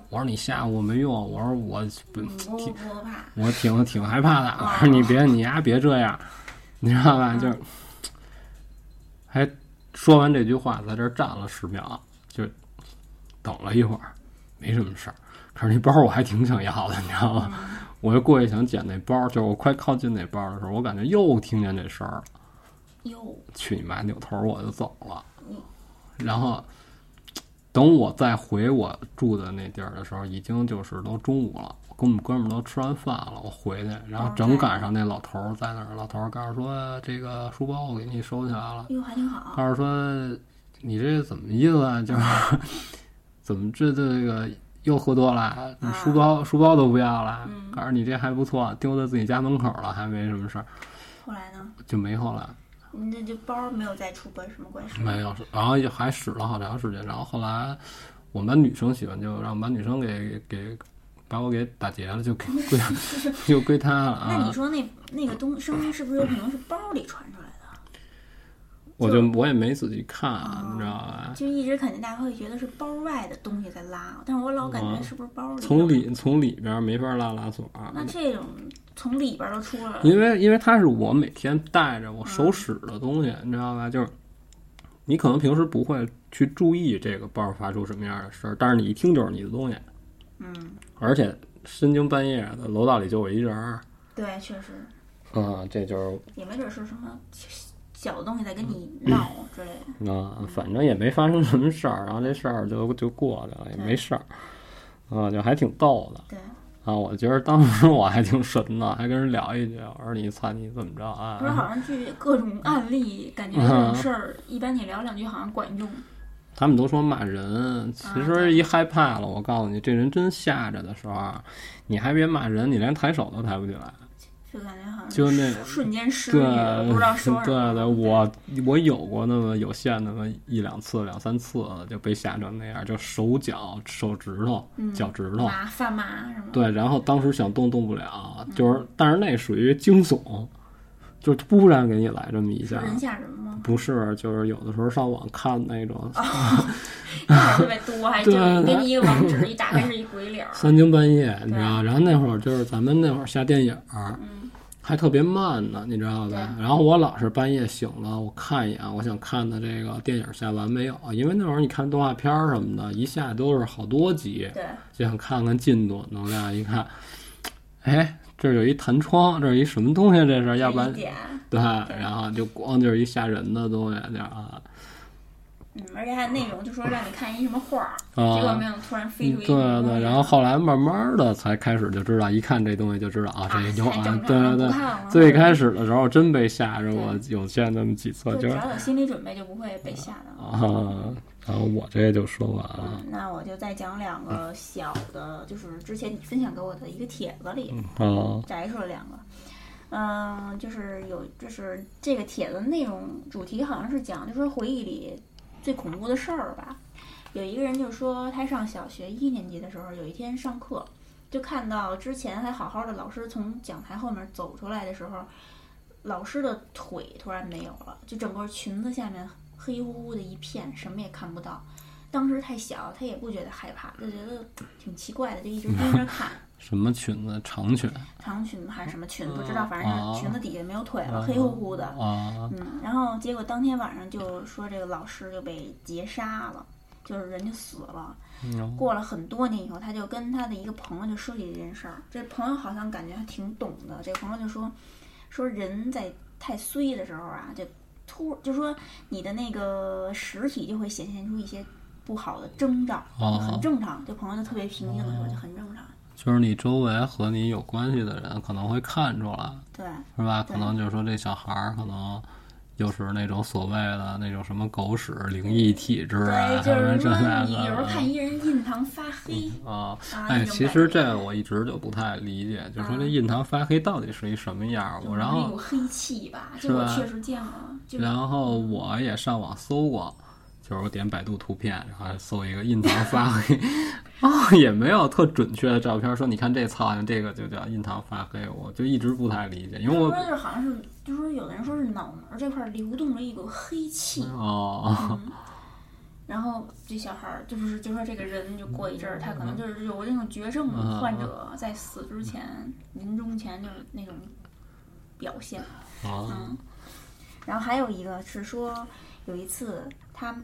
B: 我说你吓唬我没用，我说我不
A: 嗯我我我怕，
B: 我挺挺害怕的。我说你别你丫别这样，你知道吧？就是，还说完这句话，在这儿站了十秒，就等了一会儿，没什么事儿。可是那包我还挺想要的，你知道吗？我就过去想捡那包，就是我快靠近那包的时候，我感觉又听见这声儿了。
A: 哟，
B: 去你妈！扭头我就走了
A: 嗯。
B: 然后等我再回我住的那地儿的时候，已经就是都中午了，我跟我们哥们儿都吃完饭了，我回去，然后正赶上那老头儿在那儿，老头儿告诉说这个书包我给你收起来了，
A: 哟还挺好，
B: 告诉说你这怎么意思啊？就是 怎么这这个。又喝多了，你书包书包都不要了，告诉你这还不错，丢在自己家门口了，还没什么事儿，
A: 后来呢，
B: 就没后来。
A: 你这这包没有再出过什么怪事，
B: 没有，然后也还使了好长时间，然后后来我们班女生喜欢，就让我们班女生给给把我给打劫了，就给归 就归她了
A: 那你
B: 啊！
A: 说那那个东声音是不是有可能是包里传出来的？
B: 我就我也没仔细看，你知道吧？
A: 就一直肯定大家会觉得是包外的东西在拉，但是我老感觉是不是包里？
B: 哦从里从里边没法拉拉锁，
A: 那这种从里边儿都出来了，
B: 因为因为它是我每天带着我手使的东西，你知道吧？就是你可能平时不会去注意这个包发出什么样的声儿，但是你一听就是你的东西，
A: 嗯，
B: 而且深更半夜的楼道里就我一人儿，
A: 对，确实
B: 啊，这就是
A: 也没准是什么小的东西在跟你
B: 嗯
A: 闹之类的。
B: 啊，反正也没发生什么事儿，然后这事儿就就过去了，也没事儿，啊，就还挺逗的
A: 对，
B: 啊。我觉得当时我还挺神的，还跟人聊一句，我说你操你怎么着
A: 不是
B: 啊？
A: 好像据各种案例，感觉这种事儿一般你聊两句好像管用。
B: 他们都说骂人，
A: 啊
B: 其实一害怕了，我告诉你，这人真吓着的时候啊，你还别骂人，你连抬手都抬不起来。
A: 就感觉好像
B: 就那
A: 瞬间失语
B: 对
A: 了，不知 道说什么。
B: 对对，我我有过那么有限那么一两次、两三次就被吓成那样，就手脚、手指头、
A: 嗯
B: 脚趾头。
A: 麻犯麻什么？
B: 对，然后当时想动动不了，就是，但是那属于惊悚，就是突然给你来这么一
A: 是
B: 下，
A: 人吓人吗？
B: 不是，就是有的时候上网看那种
A: 那特别多，还就
B: 对对
A: 给你一个网址，一打开是一鬼脸 儿。
B: 三更半夜，你知道，然后那会儿就是咱们那会儿下电影儿
A: 嗯，
B: 还特别慢呢，你知道呗？然后我老是半夜醒了，我看一眼，我想看的这个电影下完没有，因为那会儿你看动画片儿什么的，一下都是好多集，
A: 对，
B: 就想看看进度，能量一看，哎，这儿有一弹窗，这儿一什么东西？啊这是，要不然
A: 一点，
B: 对，然后就光就是一吓人的东西，就啊，
A: 嗯，而且还有那种就说让你看一什么画儿，
B: 啊
A: 结果没有突然飞
B: 对
A: 出
B: 啊
A: 一个东
B: 对，
A: 西
B: 然后后来慢慢的才开始就知道，一看这东西就知道啊，这
A: 啊
B: 有
A: 才正
B: 啊，
A: 常
B: 对对
A: 不
B: 对
A: 看了。
B: 最开始的时候真被吓着过，有见那么几次，
A: 就
B: 就
A: 只
B: 是
A: 要有心理准备就不会被吓到。
B: 啊，然后我这就说完了
A: 嗯，那我就再讲两个小的，就是之前你分享给我的一个帖子里
B: 啊，
A: 摘出了两个。嗯，就是有，就是这个帖子内容主题好像是讲，就说回忆里最恐怖的事儿吧。有一个人就说，他上小学一年级的时候，有一天上课，就看到之前还好好的老师从讲台后面走出来的时候，老师的腿突然没有了，就整个裙子下面黑乎乎的一片，什么也看不到。当时太小，她也不觉得害怕，就觉得挺奇怪的，就一直盯着看。
B: 什么裙子？长裙
A: 长裙还是什么裙，不知道，反正是裙子底下没有腿了，黑乎乎的。
B: 啊？
A: 嗯，然后结果当天晚上就说这个老师就被劫杀了，就是人就死了。
B: 嗯
A: 过了很多年以后，他就跟他的一个朋友就说起这件事儿。这朋友好像感觉还挺懂的。这朋友就说，说人在太衰的时候啊，就突就说你的那个实体就会显现出一些不好的征兆，
B: 哦
A: 很正常。这朋友就特别平静的说，就很正常。
B: 就是你周围和你有关系的人可能会看出来，
A: 对，
B: 是吧？
A: 对
B: 可能就是说这小孩儿可能就是那种所谓的那种什么狗屎灵异体质啊，
A: 对，就
B: 什么
A: 是
B: 这
A: 说
B: 那
A: 你有时候看
B: 的
A: 一人印堂发黑，
B: 啊。
A: 啊
B: 哎，
A: 那种
B: 其实
A: 感觉
B: 这我一直就不太理解，就说这
A: 啊
B: 印堂发黑到底是一什么样儿？
A: 就
B: 我
A: 是
B: 然
A: 那
B: 后
A: 种黑气吧，
B: 是
A: 这我
B: 吧
A: 确实见过，就是
B: 然后我也上网搜过，就是我点百度图片，然后搜一个印堂发黑， 哦，也没有特准确的照片说，你看这苍蝇，这个就叫印堂发黑，我就一直不太理解，因为
A: 说
B: 我
A: 就是好像是，就说有的人说是脑门儿这块儿流动着一股黑气，
B: 哦，
A: 然后这小孩儿就是就说这个人就过一阵儿，他可能就是有那种绝症
B: 嗯
A: 患者在死之前、临终前就是那种表现。嗯
B: 哦，
A: 然后还有一个是说，有一次他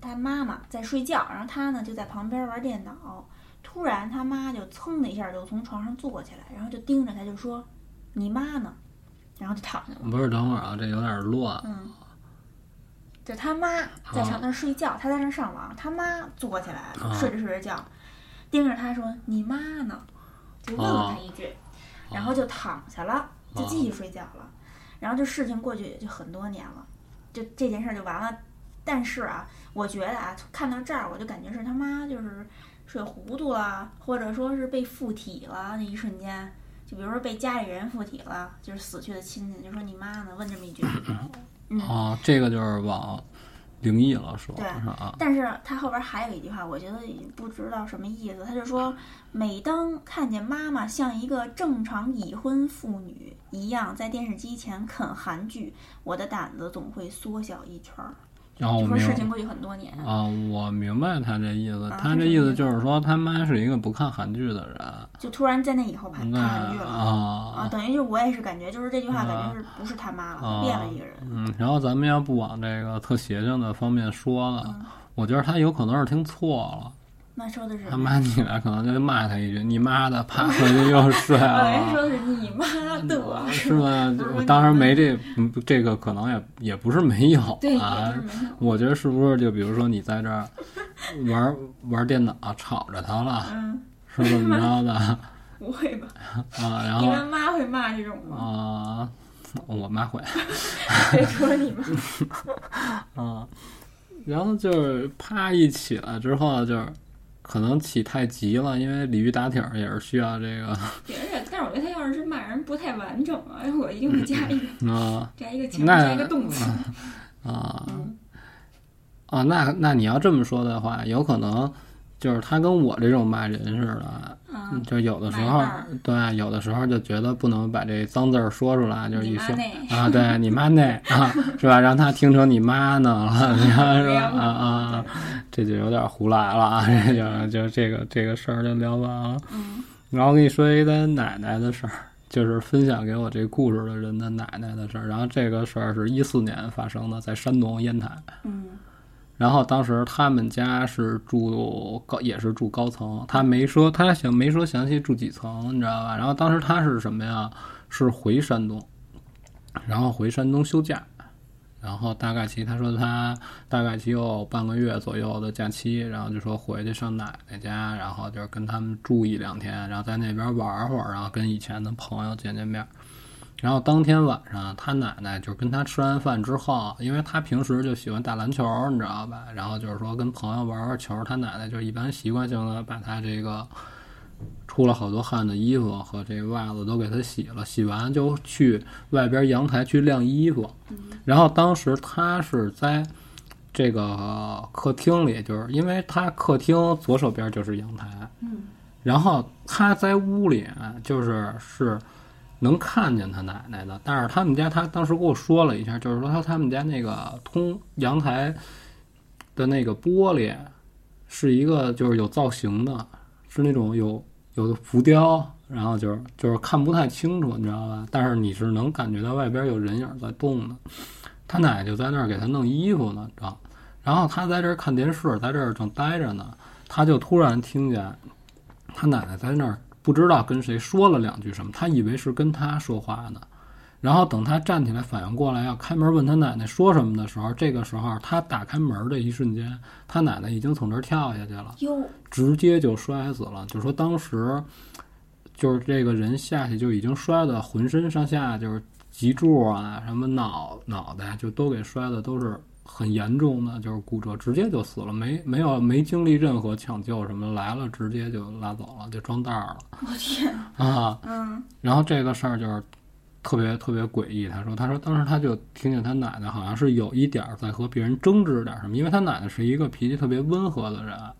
A: 他妈妈在睡觉，然后他呢就在旁边玩电脑，突然他妈就噌的一下就从床上坐起来，然后就盯着他就说：“你妈呢？”然后就躺下了。
B: 不是，等会儿啊，这有点乱，
A: 嗯，就他妈在上那儿睡觉，他在那儿上网，他妈坐起来
B: 啊
A: 睡着睡着觉，盯着他说：“你妈呢？”就问了他一句，然后就躺下了，就继续睡觉了。然后这事情过去也就很多年了，就这件事儿就完了。但是啊，我觉得啊，看到这儿我就感觉是他妈就是睡糊涂了，或者说是被附体了，那一瞬间。就比如说被家里人附体了，就是死去的亲戚，就说你妈呢？问这么一句，
B: 哦，这个就是往灵异了说，
A: 对
B: 是吧？啊
A: 但是他后边还有一句话，我觉得也不知道什么意思。他就说，每当看见妈妈像一个正常已婚妇女一样在电视机前啃韩剧，我的胆子总会缩小一圈儿。
B: 然后我
A: 就说
B: 明
A: 事情过去很多年，
B: 啊，我明白他这意思，
A: 啊
B: 他
A: 是
B: 这
A: 什么
B: 意
A: 意
B: 思
A: 思
B: 就是说他妈是一个不看韩剧的人，
A: 就突然在那以后哎看
B: 那
A: 看韩剧了。啊，
B: 啊。
A: 等于就是我也是感觉，就是这句话
B: 啊
A: 感觉是不是他妈了，
B: 啊
A: 变了一个人。
B: 嗯，然后咱们要不往这个特邪性的方面说了，
A: 嗯
B: 我觉得他有可能是听错了，
A: 那说的是，
B: 他妈起来可能就骂他一句“你妈的”，啪回去又睡
A: 我人
B: 了，
A: 说的是你 妈的，
B: 是吧
A: 不是？
B: 我当然没这嗯这个可能也也不是没 有
A: 对，也
B: 啊
A: 不是，没有。
B: 我觉得是不是就比如说你在这儿玩玩电脑啊吵着他了，
A: 嗯，
B: 是怎么着的
A: 不会吧？
B: 啊？然
A: 你
B: 后
A: 妈妈会骂这种 吗？
B: 啊、我 妈会。
A: 谁说你妈？
B: 啊，然后就是啪一起来之后，就是可能起太急了，因为鲤鱼打挺儿也是需要这个
A: 而且，但是我觉得他要是骂人不太完整啊，我一定会加一个
B: 啊
A: 加一个前面
B: 那
A: 加一个动词。
B: 啊
A: 嗯
B: 啊，那那你要这么说的话，有可能就是他跟我这种骂人似的，
A: 啊，
B: 就有的时
A: 买
B: 候
A: 卖儿
B: 对，有的时候就觉得不能把这脏字儿说出来，就是
A: 你
B: 一
A: 妈
B: 说。
A: 那
B: 啊，对你妈那啊，是吧？让他听成你妈呢了，然后
A: 这
B: 说
A: 样
B: 啊啊，这就有点胡来了啊， 这就就这个这个事儿就聊完了。
A: 嗯
B: 然后我跟你说一个奶奶的事儿，就是分享给我这故事的人的奶奶的事儿。然后这个事儿是一四年发生的，在山东烟台。
A: 嗯
B: 然后当时他们家是住高，也是住高层，他没说他想没说详细住几层，你知道吧？然后当时他是什么呀？是回山东，然后回山东休假，然后大概其他说他大概其有半个月左右的假期，然后就说回去上奶奶家，然后就是跟他们住一两天，然后在那边玩会儿，然后跟以前的朋友见见面。然后当天晚上，他奶奶就是跟他吃完饭之后，因为他平时就喜欢打篮球，你知道吧？然后就是说跟朋友玩玩球，他奶奶就一般习惯性的把他这个出了好多汗的衣服和这袜子都给他洗了，洗完就去外边阳台去晾衣服。然后当时他是在这个客厅里，就是因为他客厅左手边就是阳台，
A: 嗯
B: 然后他在屋里啊就是是能看见他奶奶的，但是他们家他当时跟我说了一下，就是说他他们家那个通阳台的那个玻璃是一个就是有造型的，是那种有有浮雕，然后就是就是看不太清楚，你知道吧？但是你是能感觉到外边有人影在动的。他奶就在那儿给他弄衣服呢，知道？然后他在这儿看电视，在这儿正待着呢，他就突然听见他奶奶在那儿不知道跟谁说了两句什么，他以为是跟他说话呢。然后等他站起来反应过来要开门问他奶奶说什么的时候，这个时候他打开门的一瞬间，他奶奶已经从这儿跳下去了，
A: 哟，
B: 直接就摔死了。就说当时就是这个人下去就已经摔得浑身上下就是脊柱啊什么脑脑袋就都给摔的都是很严重的，就是骨折，直接就死了，没没有没经历任何抢救什么，来了直接就拉走了，就装袋儿了
A: 我天，
B: 啊。
A: 嗯，
B: 然后这个事儿就是特别特别诡异。他说，他说当时他就听见他奶奶好像是有一点儿在和别人争执点儿什么，因为他奶奶是一个脾气特别温和的人，啊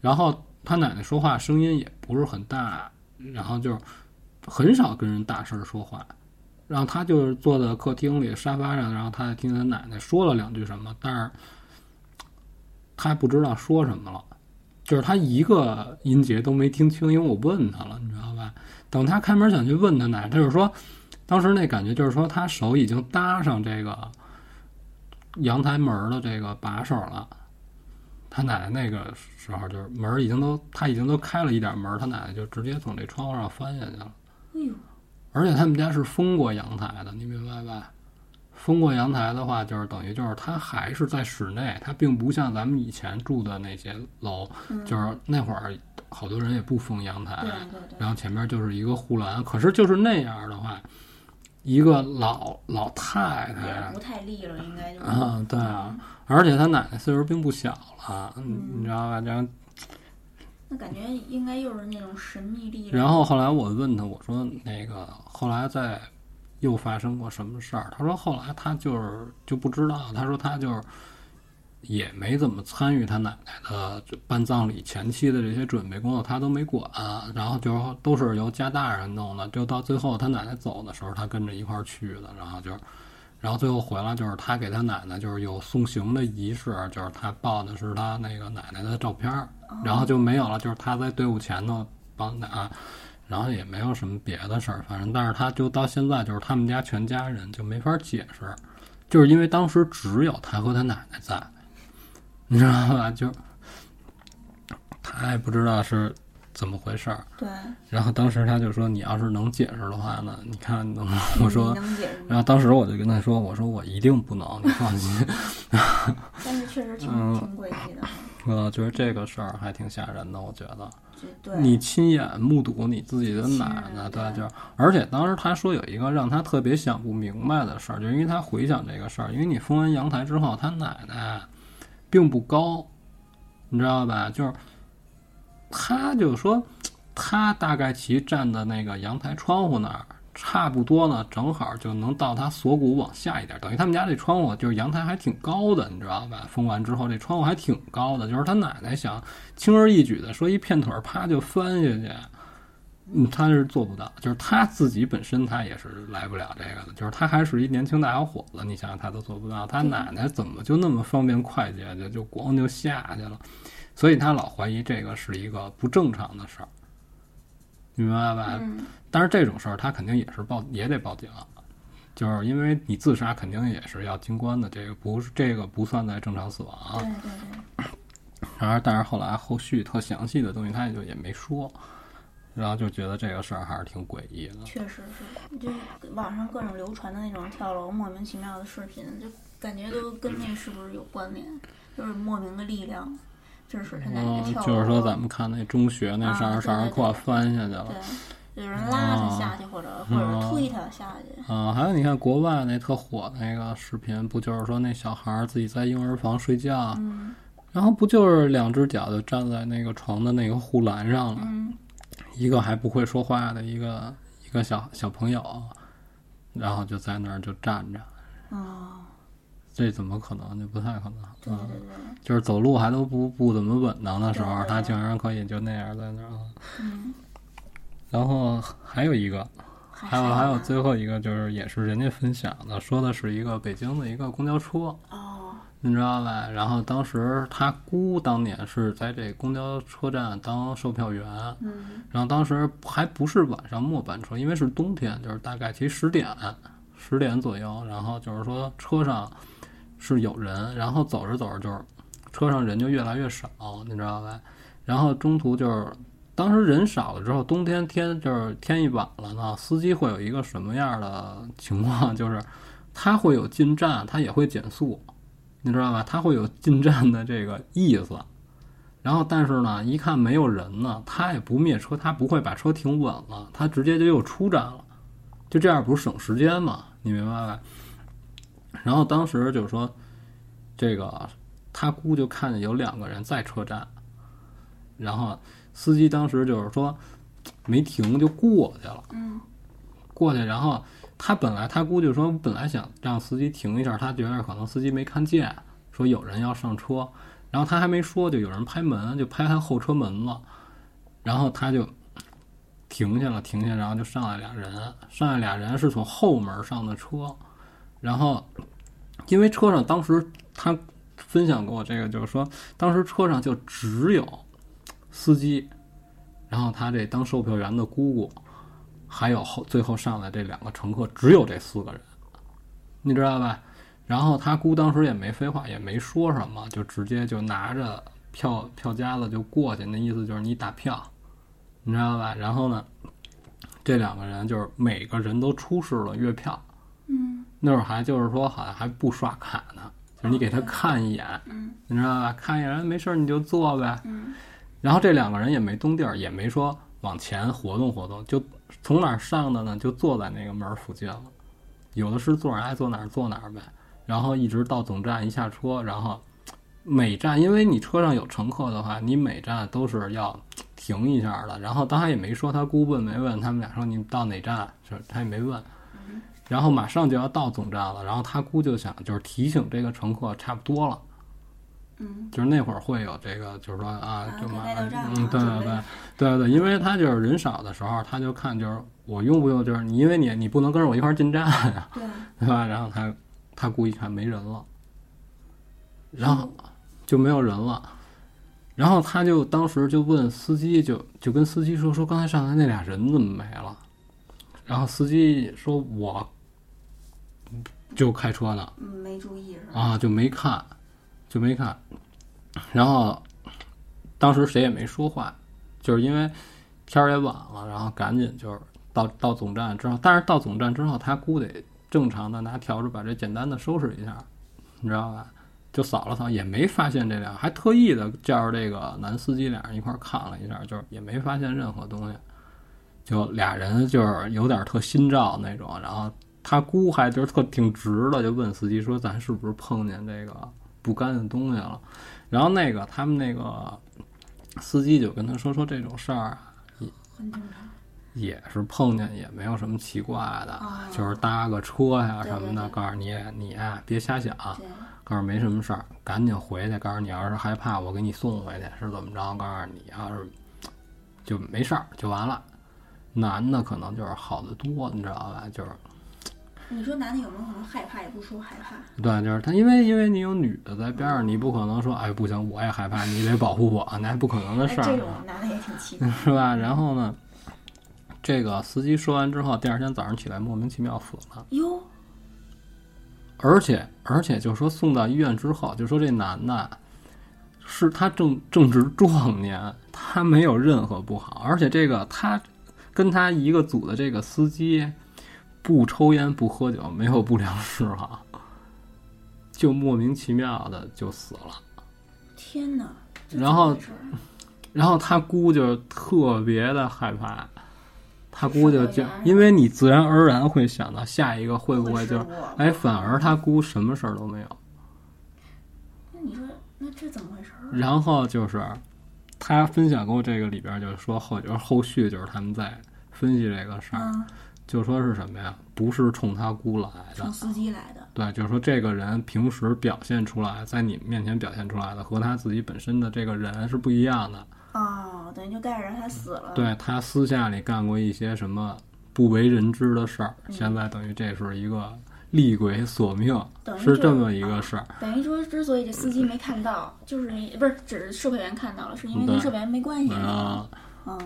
B: 然后他奶奶说话声音也不是很大，然后就是很少跟人大声说话。然后他就是坐在客厅里沙发上，然后他听他奶奶说了两句什么，但是他不知道说什么了，就是他一个音节都没听清，因为我问他了，你知道吧？等他开门想去问他奶奶，他就说，当时那感觉就是说他手已经搭上这个阳台门的这个把手了。他奶奶那个时候就是门已经都他已经都开了一点门，他奶奶就直接从这窗户上翻下去了。
A: 哎呦，
B: 而且他们家是封过阳台的，你明白吧？封过阳台的话，就是等于就是它还是在室内，它并不像咱们以前住的那些楼，
A: 嗯
B: 就是那会儿好多人也不封阳台，
A: 对对对，
B: 然后前面就是一个护栏，可是就是那样的话，一个老老太
A: 也
B: 太
A: 不太利了，应该就是，
B: 啊，对啊，而且她奶奶岁数并不小了，你你知道吧？然后
A: 那感觉应该又是那种神秘力量，
B: 然后后来我问她，我说那个后来在又发生过什么事儿？她说后来她就是就不知道，她说她就是。也没怎么参与她奶奶的办葬礼前期的这些准备工作，她都没管、然后就是都是由家大人弄的，就到最后她奶奶走的时候，她跟着一块儿去的，然后就是，然后最后回来就是她给她奶奶就是有送行的仪式，就是她抱的是她那个奶奶的照片儿，然后就没有了，就是她在队伍前头帮她。然后也没有什么别的事儿，反正但是她就到现在就是他们家全家人就没法解释，就是因为当时只有她和她奶奶在，你知道吧？就他也不知道是怎么回事儿。
A: 对，
B: 然后当时他就说：“你要是能解释的话呢，你看能不能？”我说
A: 你能解释：“
B: 然
A: 吗？
B: 后当时我就跟他说，我说我一定不能，你放心。
A: 但是确实挺
B: 嗯
A: 挺诡异的，”
B: 呃，就是这个事儿还挺吓人的，我觉得。
A: 就对，
B: 你亲眼目睹你自己的奶
A: 亲
B: 奶，
A: 眼
B: 对，
A: 对
B: 就是，而且当时他说有一个让他特别想不明白的事儿，就是因为他回想这个事儿，因为你封完阳台之后，他奶奶并不高，你知道吧？就是，他就说，他大概其站的那个阳台窗户那儿，差不多呢，正好就能到他锁骨往下一点，等于他们家这窗户就是阳台还挺高的，你知道吧？封完之后，这窗户还挺高的，就是他奶奶想轻而易举的说一片腿儿啪就翻下去，嗯，他是做不到，就是他自己本身他也是来不了这个的，就是他还是一年轻大小伙子，你想想他都做不到，他奶奶怎么就那么方便快捷的就咣就下去了？所以他老怀疑这个是一个不正常的事儿，你明白吧？
A: 嗯，
B: 但是这种事儿他肯定也是报也得报警，就是因为你自杀肯定也是要经关的，这个不是这个不算在正常死亡啊。
A: 对对对，
B: 然而，但是后来后续特详细的东西他也就也没说，然后就觉得这个事儿还是挺诡异的。
A: 确实是，就是网上各种流传的那种跳楼莫名其妙的视频，就感觉都跟那是不是有关联？就是莫名的力量，这是他奶奶
B: 嗯
A: 跳，楼了，
B: 就是说咱们看那中学那
A: 啊
B: 上着上着
A: 对对
B: 课
A: 对
B: 翻下去了。
A: 对，有人拉
B: 哦
A: 他下去，或者或者推他下去，
B: 啊，还有你看国外那特火那个视频，不就是说那小孩儿自己在婴儿房睡觉，
A: 嗯
B: 然后不就是两只脚就站在那个床的那个护栏上了，
A: 嗯，
B: 一个还不会说话的一个一个小小朋友，然后就在那儿就站着，
A: 哦，
B: 这怎么可能？这不太可能。
A: 对
B: 嗯
A: 对对，
B: 就是走路还都不不怎么稳当的时候，
A: 对对啊
B: 他竟然可以就那样在那儿啊。
A: 嗯，
B: 然后还有一个，
A: 还啊
B: 还有还有
A: 呢
B: 最后一个就是也是人家分享的，说的是一个北京的一个公交车，
A: 哦，
B: 你知道吧？然后当时他姑当年是在这公交车站当售票员，
A: 嗯
B: 然后当时还不是晚上末班车，因为是冬天，就是大概其实十点十点左右，然后就是说车上是有人，然后走着走着就是车上人就越来越少，你知道吧？然后中途就是当时人少了之后，冬天天就是天一晚了呢，司机会有一个什么样的情况？就是他会有进站，他也会减速，你知道吧？他会有进站的这个意思。然后，但是呢，一看没有人呢，他也不灭车，他不会把车停稳了，他直接就又出站了，就这样不是省时间吗？你明白吧？然后当时就是说，这个他姑就看见有两个人在车站，然后司机当时就是说没停就过去了，
A: 嗯
B: 过去，然后他本来他姑就说本来想让司机停一下，他觉得可能司机没看见，说有人要上车，然后他还没说，就有人拍门，就拍他后车门了，然后他就停下了，停下，然后就上来俩人，上来俩人是从后门上的车，然后因为车上当时他分享过这个，就是说当时车上就只有司机，然后他这当售票员的姑姑，还有后最后上来这两个乘客，只有这四个人，你知道吧？然后他姑当时也没废话，也没说什么，就直接就拿着票票夹子就过去，那意思就是你打票，你知道吧？然后呢，这两个人就是每个人都出示了月票，
A: 嗯
B: 那会儿还就是说好像还不刷卡呢，就是你给他看一眼，
A: 哦嗯
B: 你知道吧？看一眼哎没事儿你就坐呗。
A: 嗯
B: 然后这两个人也没动地儿，也没说往前活动活动，就从哪儿上的呢？就坐在那个门儿附近了。有的是坐哪儿爱坐哪儿坐哪儿呗。然后一直到总站一下车，然后每站，因为你车上有乘客的话，你每站都是要停一下的。然后当然也没说他姑问没问，他们俩说你到哪站，是他也没问。然后马上就要到总站了，然后他姑就想就是提醒这个乘客差不多了。
A: 嗯
B: 就是那会儿会有这个，就是说啊
A: 啊，
B: 就马
A: 该到账了
B: 嗯，对
A: 准
B: 对
A: 备
B: 对，对 对，因为他就是人少的时候，他就看就是我用不用，就是你，因为你你不能跟着我一块儿进站呀，
A: 对啊，
B: 对吧？然后他他故意看没人了，然后就没有人了，然后他就当时就问司机就，就跟司机说说刚才上来那俩人怎么没了？然后司机说我就开车呢，
A: 嗯没注意是吧？
B: 啊，就没看，就没看。然后当时谁也没说话，就是因为天儿也晚了，然后赶紧就是到到总站之后，但是到总站之后，他估得正常的拿笤帚把这简单的收拾一下，你知道吧？就扫了扫，也没发现这俩，还特意的叫这个男司机俩人一块儿看了一下，就是也没发现任何东西，就俩人就是有点特心照那种，然后他姑还就是特挺直的，就问司机说：“咱是不是碰见这个不干净东西了？”然后那个他们那个司机就跟他说：“说这种事儿啊
A: 很正常。
B: 也是碰见，也没有什么奇怪的，
A: 啊
B: 就是搭个车呀
A: 对
B: 什么的。
A: 对对
B: 告诉你，你啊别瞎想，
A: 对，
B: 告诉没什么事儿，赶紧回去。告诉你要是害怕，我给你送回去是怎么着？告诉你要是就没事儿就完了。男的可能就是好得多，你知道吧？就是。”
A: 你说男的有没有可能害怕也不说害怕？
B: 对，就是他，因为因为你有女的在边上，你不可能说，哎，不行，我也害怕，你得保护我，那不可能的
A: 哎，
B: 事
A: 这
B: 儿，
A: 种男的也挺奇怪。
B: 是吧？然后呢，这个司机说完之后，第二天早上起来莫名其妙死了，
A: 哟，
B: 而且而且就说送到医院之后，就说这男的，是他正正值壮年，他没有任何不好，而且这个他跟他一个组的这个司机，不抽烟不喝酒，没有不良嗜好，就莫名其妙的就死了。
A: 天哪！这
B: 然
A: 怎
B: 后
A: 么回事儿
B: 然后他姑就特别的害怕，他姑就
A: 是的
B: 就
A: 呀
B: 因为你自然而然会想到下一个会不会
A: 是
B: 就
A: 我？
B: 哎，反而他姑什么事儿都没有。
A: 那你说，那这怎么回事儿？
B: 然后就是他分享过这个里边儿就是说后就是后续就是他们在分析这个事儿，
A: 嗯，
B: 就说是什么呀？不是冲他姑来的
A: 从，司机来的。
B: 对，就是说这个人平时表现出来，在你面前表现出来的和他自己本身的这个人是不一样的。
A: 哦，等于就带着他死了。，
B: 对他
A: 嗯
B: 私下里干过一些什么不为人知的事儿，现在等于这是一个厉鬼索命
A: 等于
B: 是
A: 就啊
B: 这么一个事儿。
A: 等于说，之所以这司机没看到，就是你不是只是售票员看到了，是因为跟
B: 对
A: 售票员没关系。
B: 啊，
A: 嗯，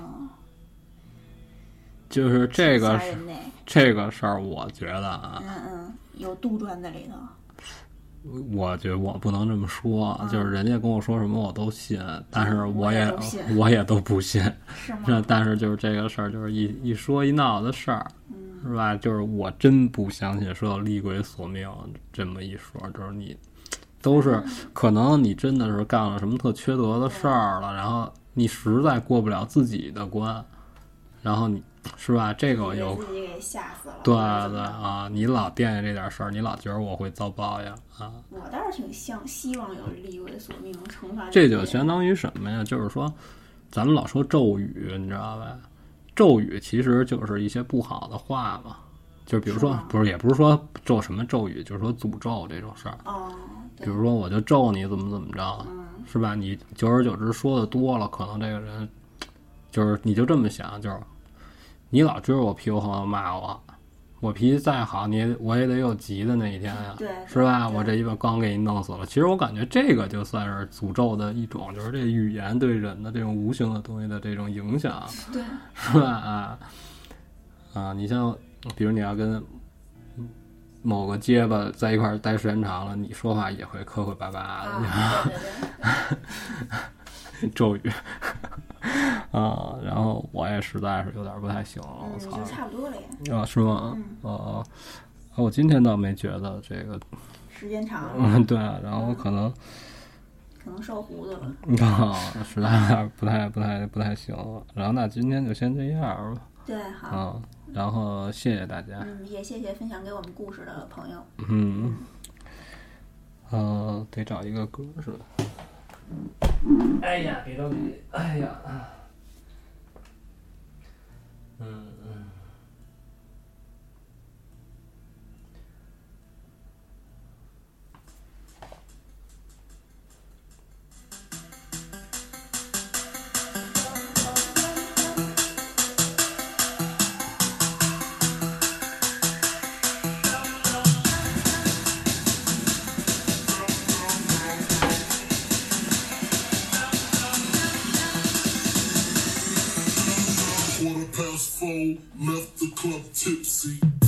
B: 就是这个
A: 吓人呢。
B: 这个事儿，我觉得啊，
A: 嗯嗯，有杜撰在里头。
B: 我觉得我不能这么说，啊就是人家跟我说什么我都信，但是
A: 嗯我
B: 我
A: 也
B: 也
A: 都信 嗯
B: 我也都不信。
A: 是吗？
B: 那但是就是这个事儿，就是一一说一闹的事儿，
A: 嗯
B: 是吧？就是我真不相信说有厉鬼索命这么一说，就是你都
A: 嗯
B: 是可能你真的是干了什么特缺德的事儿
A: 嗯
B: 了，然后你实在过不了自己的关，然后你是吧？这个有
A: 自己给吓死了。
B: 对对。啊，你老惦记这点事儿，你老觉得我会遭报应啊，
A: 我倒是挺希希望有厉鬼索命能惩罚
B: 这
A: 些
B: 就
A: 人
B: 相当于什么呀？就是说，咱们老说咒语，你知道吧？咒语其实就是一些不好的话嘛，就是比如
A: 是
B: 说
A: 吗，
B: 不是也不是说咒什么咒语，就是说诅咒这种事儿。
A: 哦，
B: 比
A: 对，
B: 如说，我就咒你怎么怎么着，
A: 嗯
B: 是吧？你久而久之说的多了，可能这个人就是你就这么想，就是你老追着我屁股后头骂我，我脾气再好，你也我也得有急的那一天呀、
A: 对
B: 是吧？
A: 对
B: 我这一巴刚给你弄死了。其实我感觉这个就算是诅咒的一种，就是这语言对人的这种无形的东西的这种影响，
A: 对，
B: 是吧？啊啊，你像比如你要跟某个结巴在一块儿待时间长了，你说话也会磕磕巴巴的，
A: 啊，对对对，
B: 咒语 啊，然后我也实在是有点不太行了，我
A: 嗯，
B: 操
A: 就差不多了也，
B: 啊，是吗？哦、啊我今天倒没觉得这个，
A: 时间长了
B: 嗯，对啊，然后可能
A: 可能烧糊涂了。
B: 啊，实在有点不太不太不太行了，然后那今天就先这样吧，
A: 对，好，
B: 啊，然后谢谢大家，
A: 嗯，也谢谢分享给我们故事的朋友。
B: 嗯，呃，得找一个歌是吧？哎呀，别着急，哎呀，嗯嗯，
C: Quarter past four, left the club tipsy.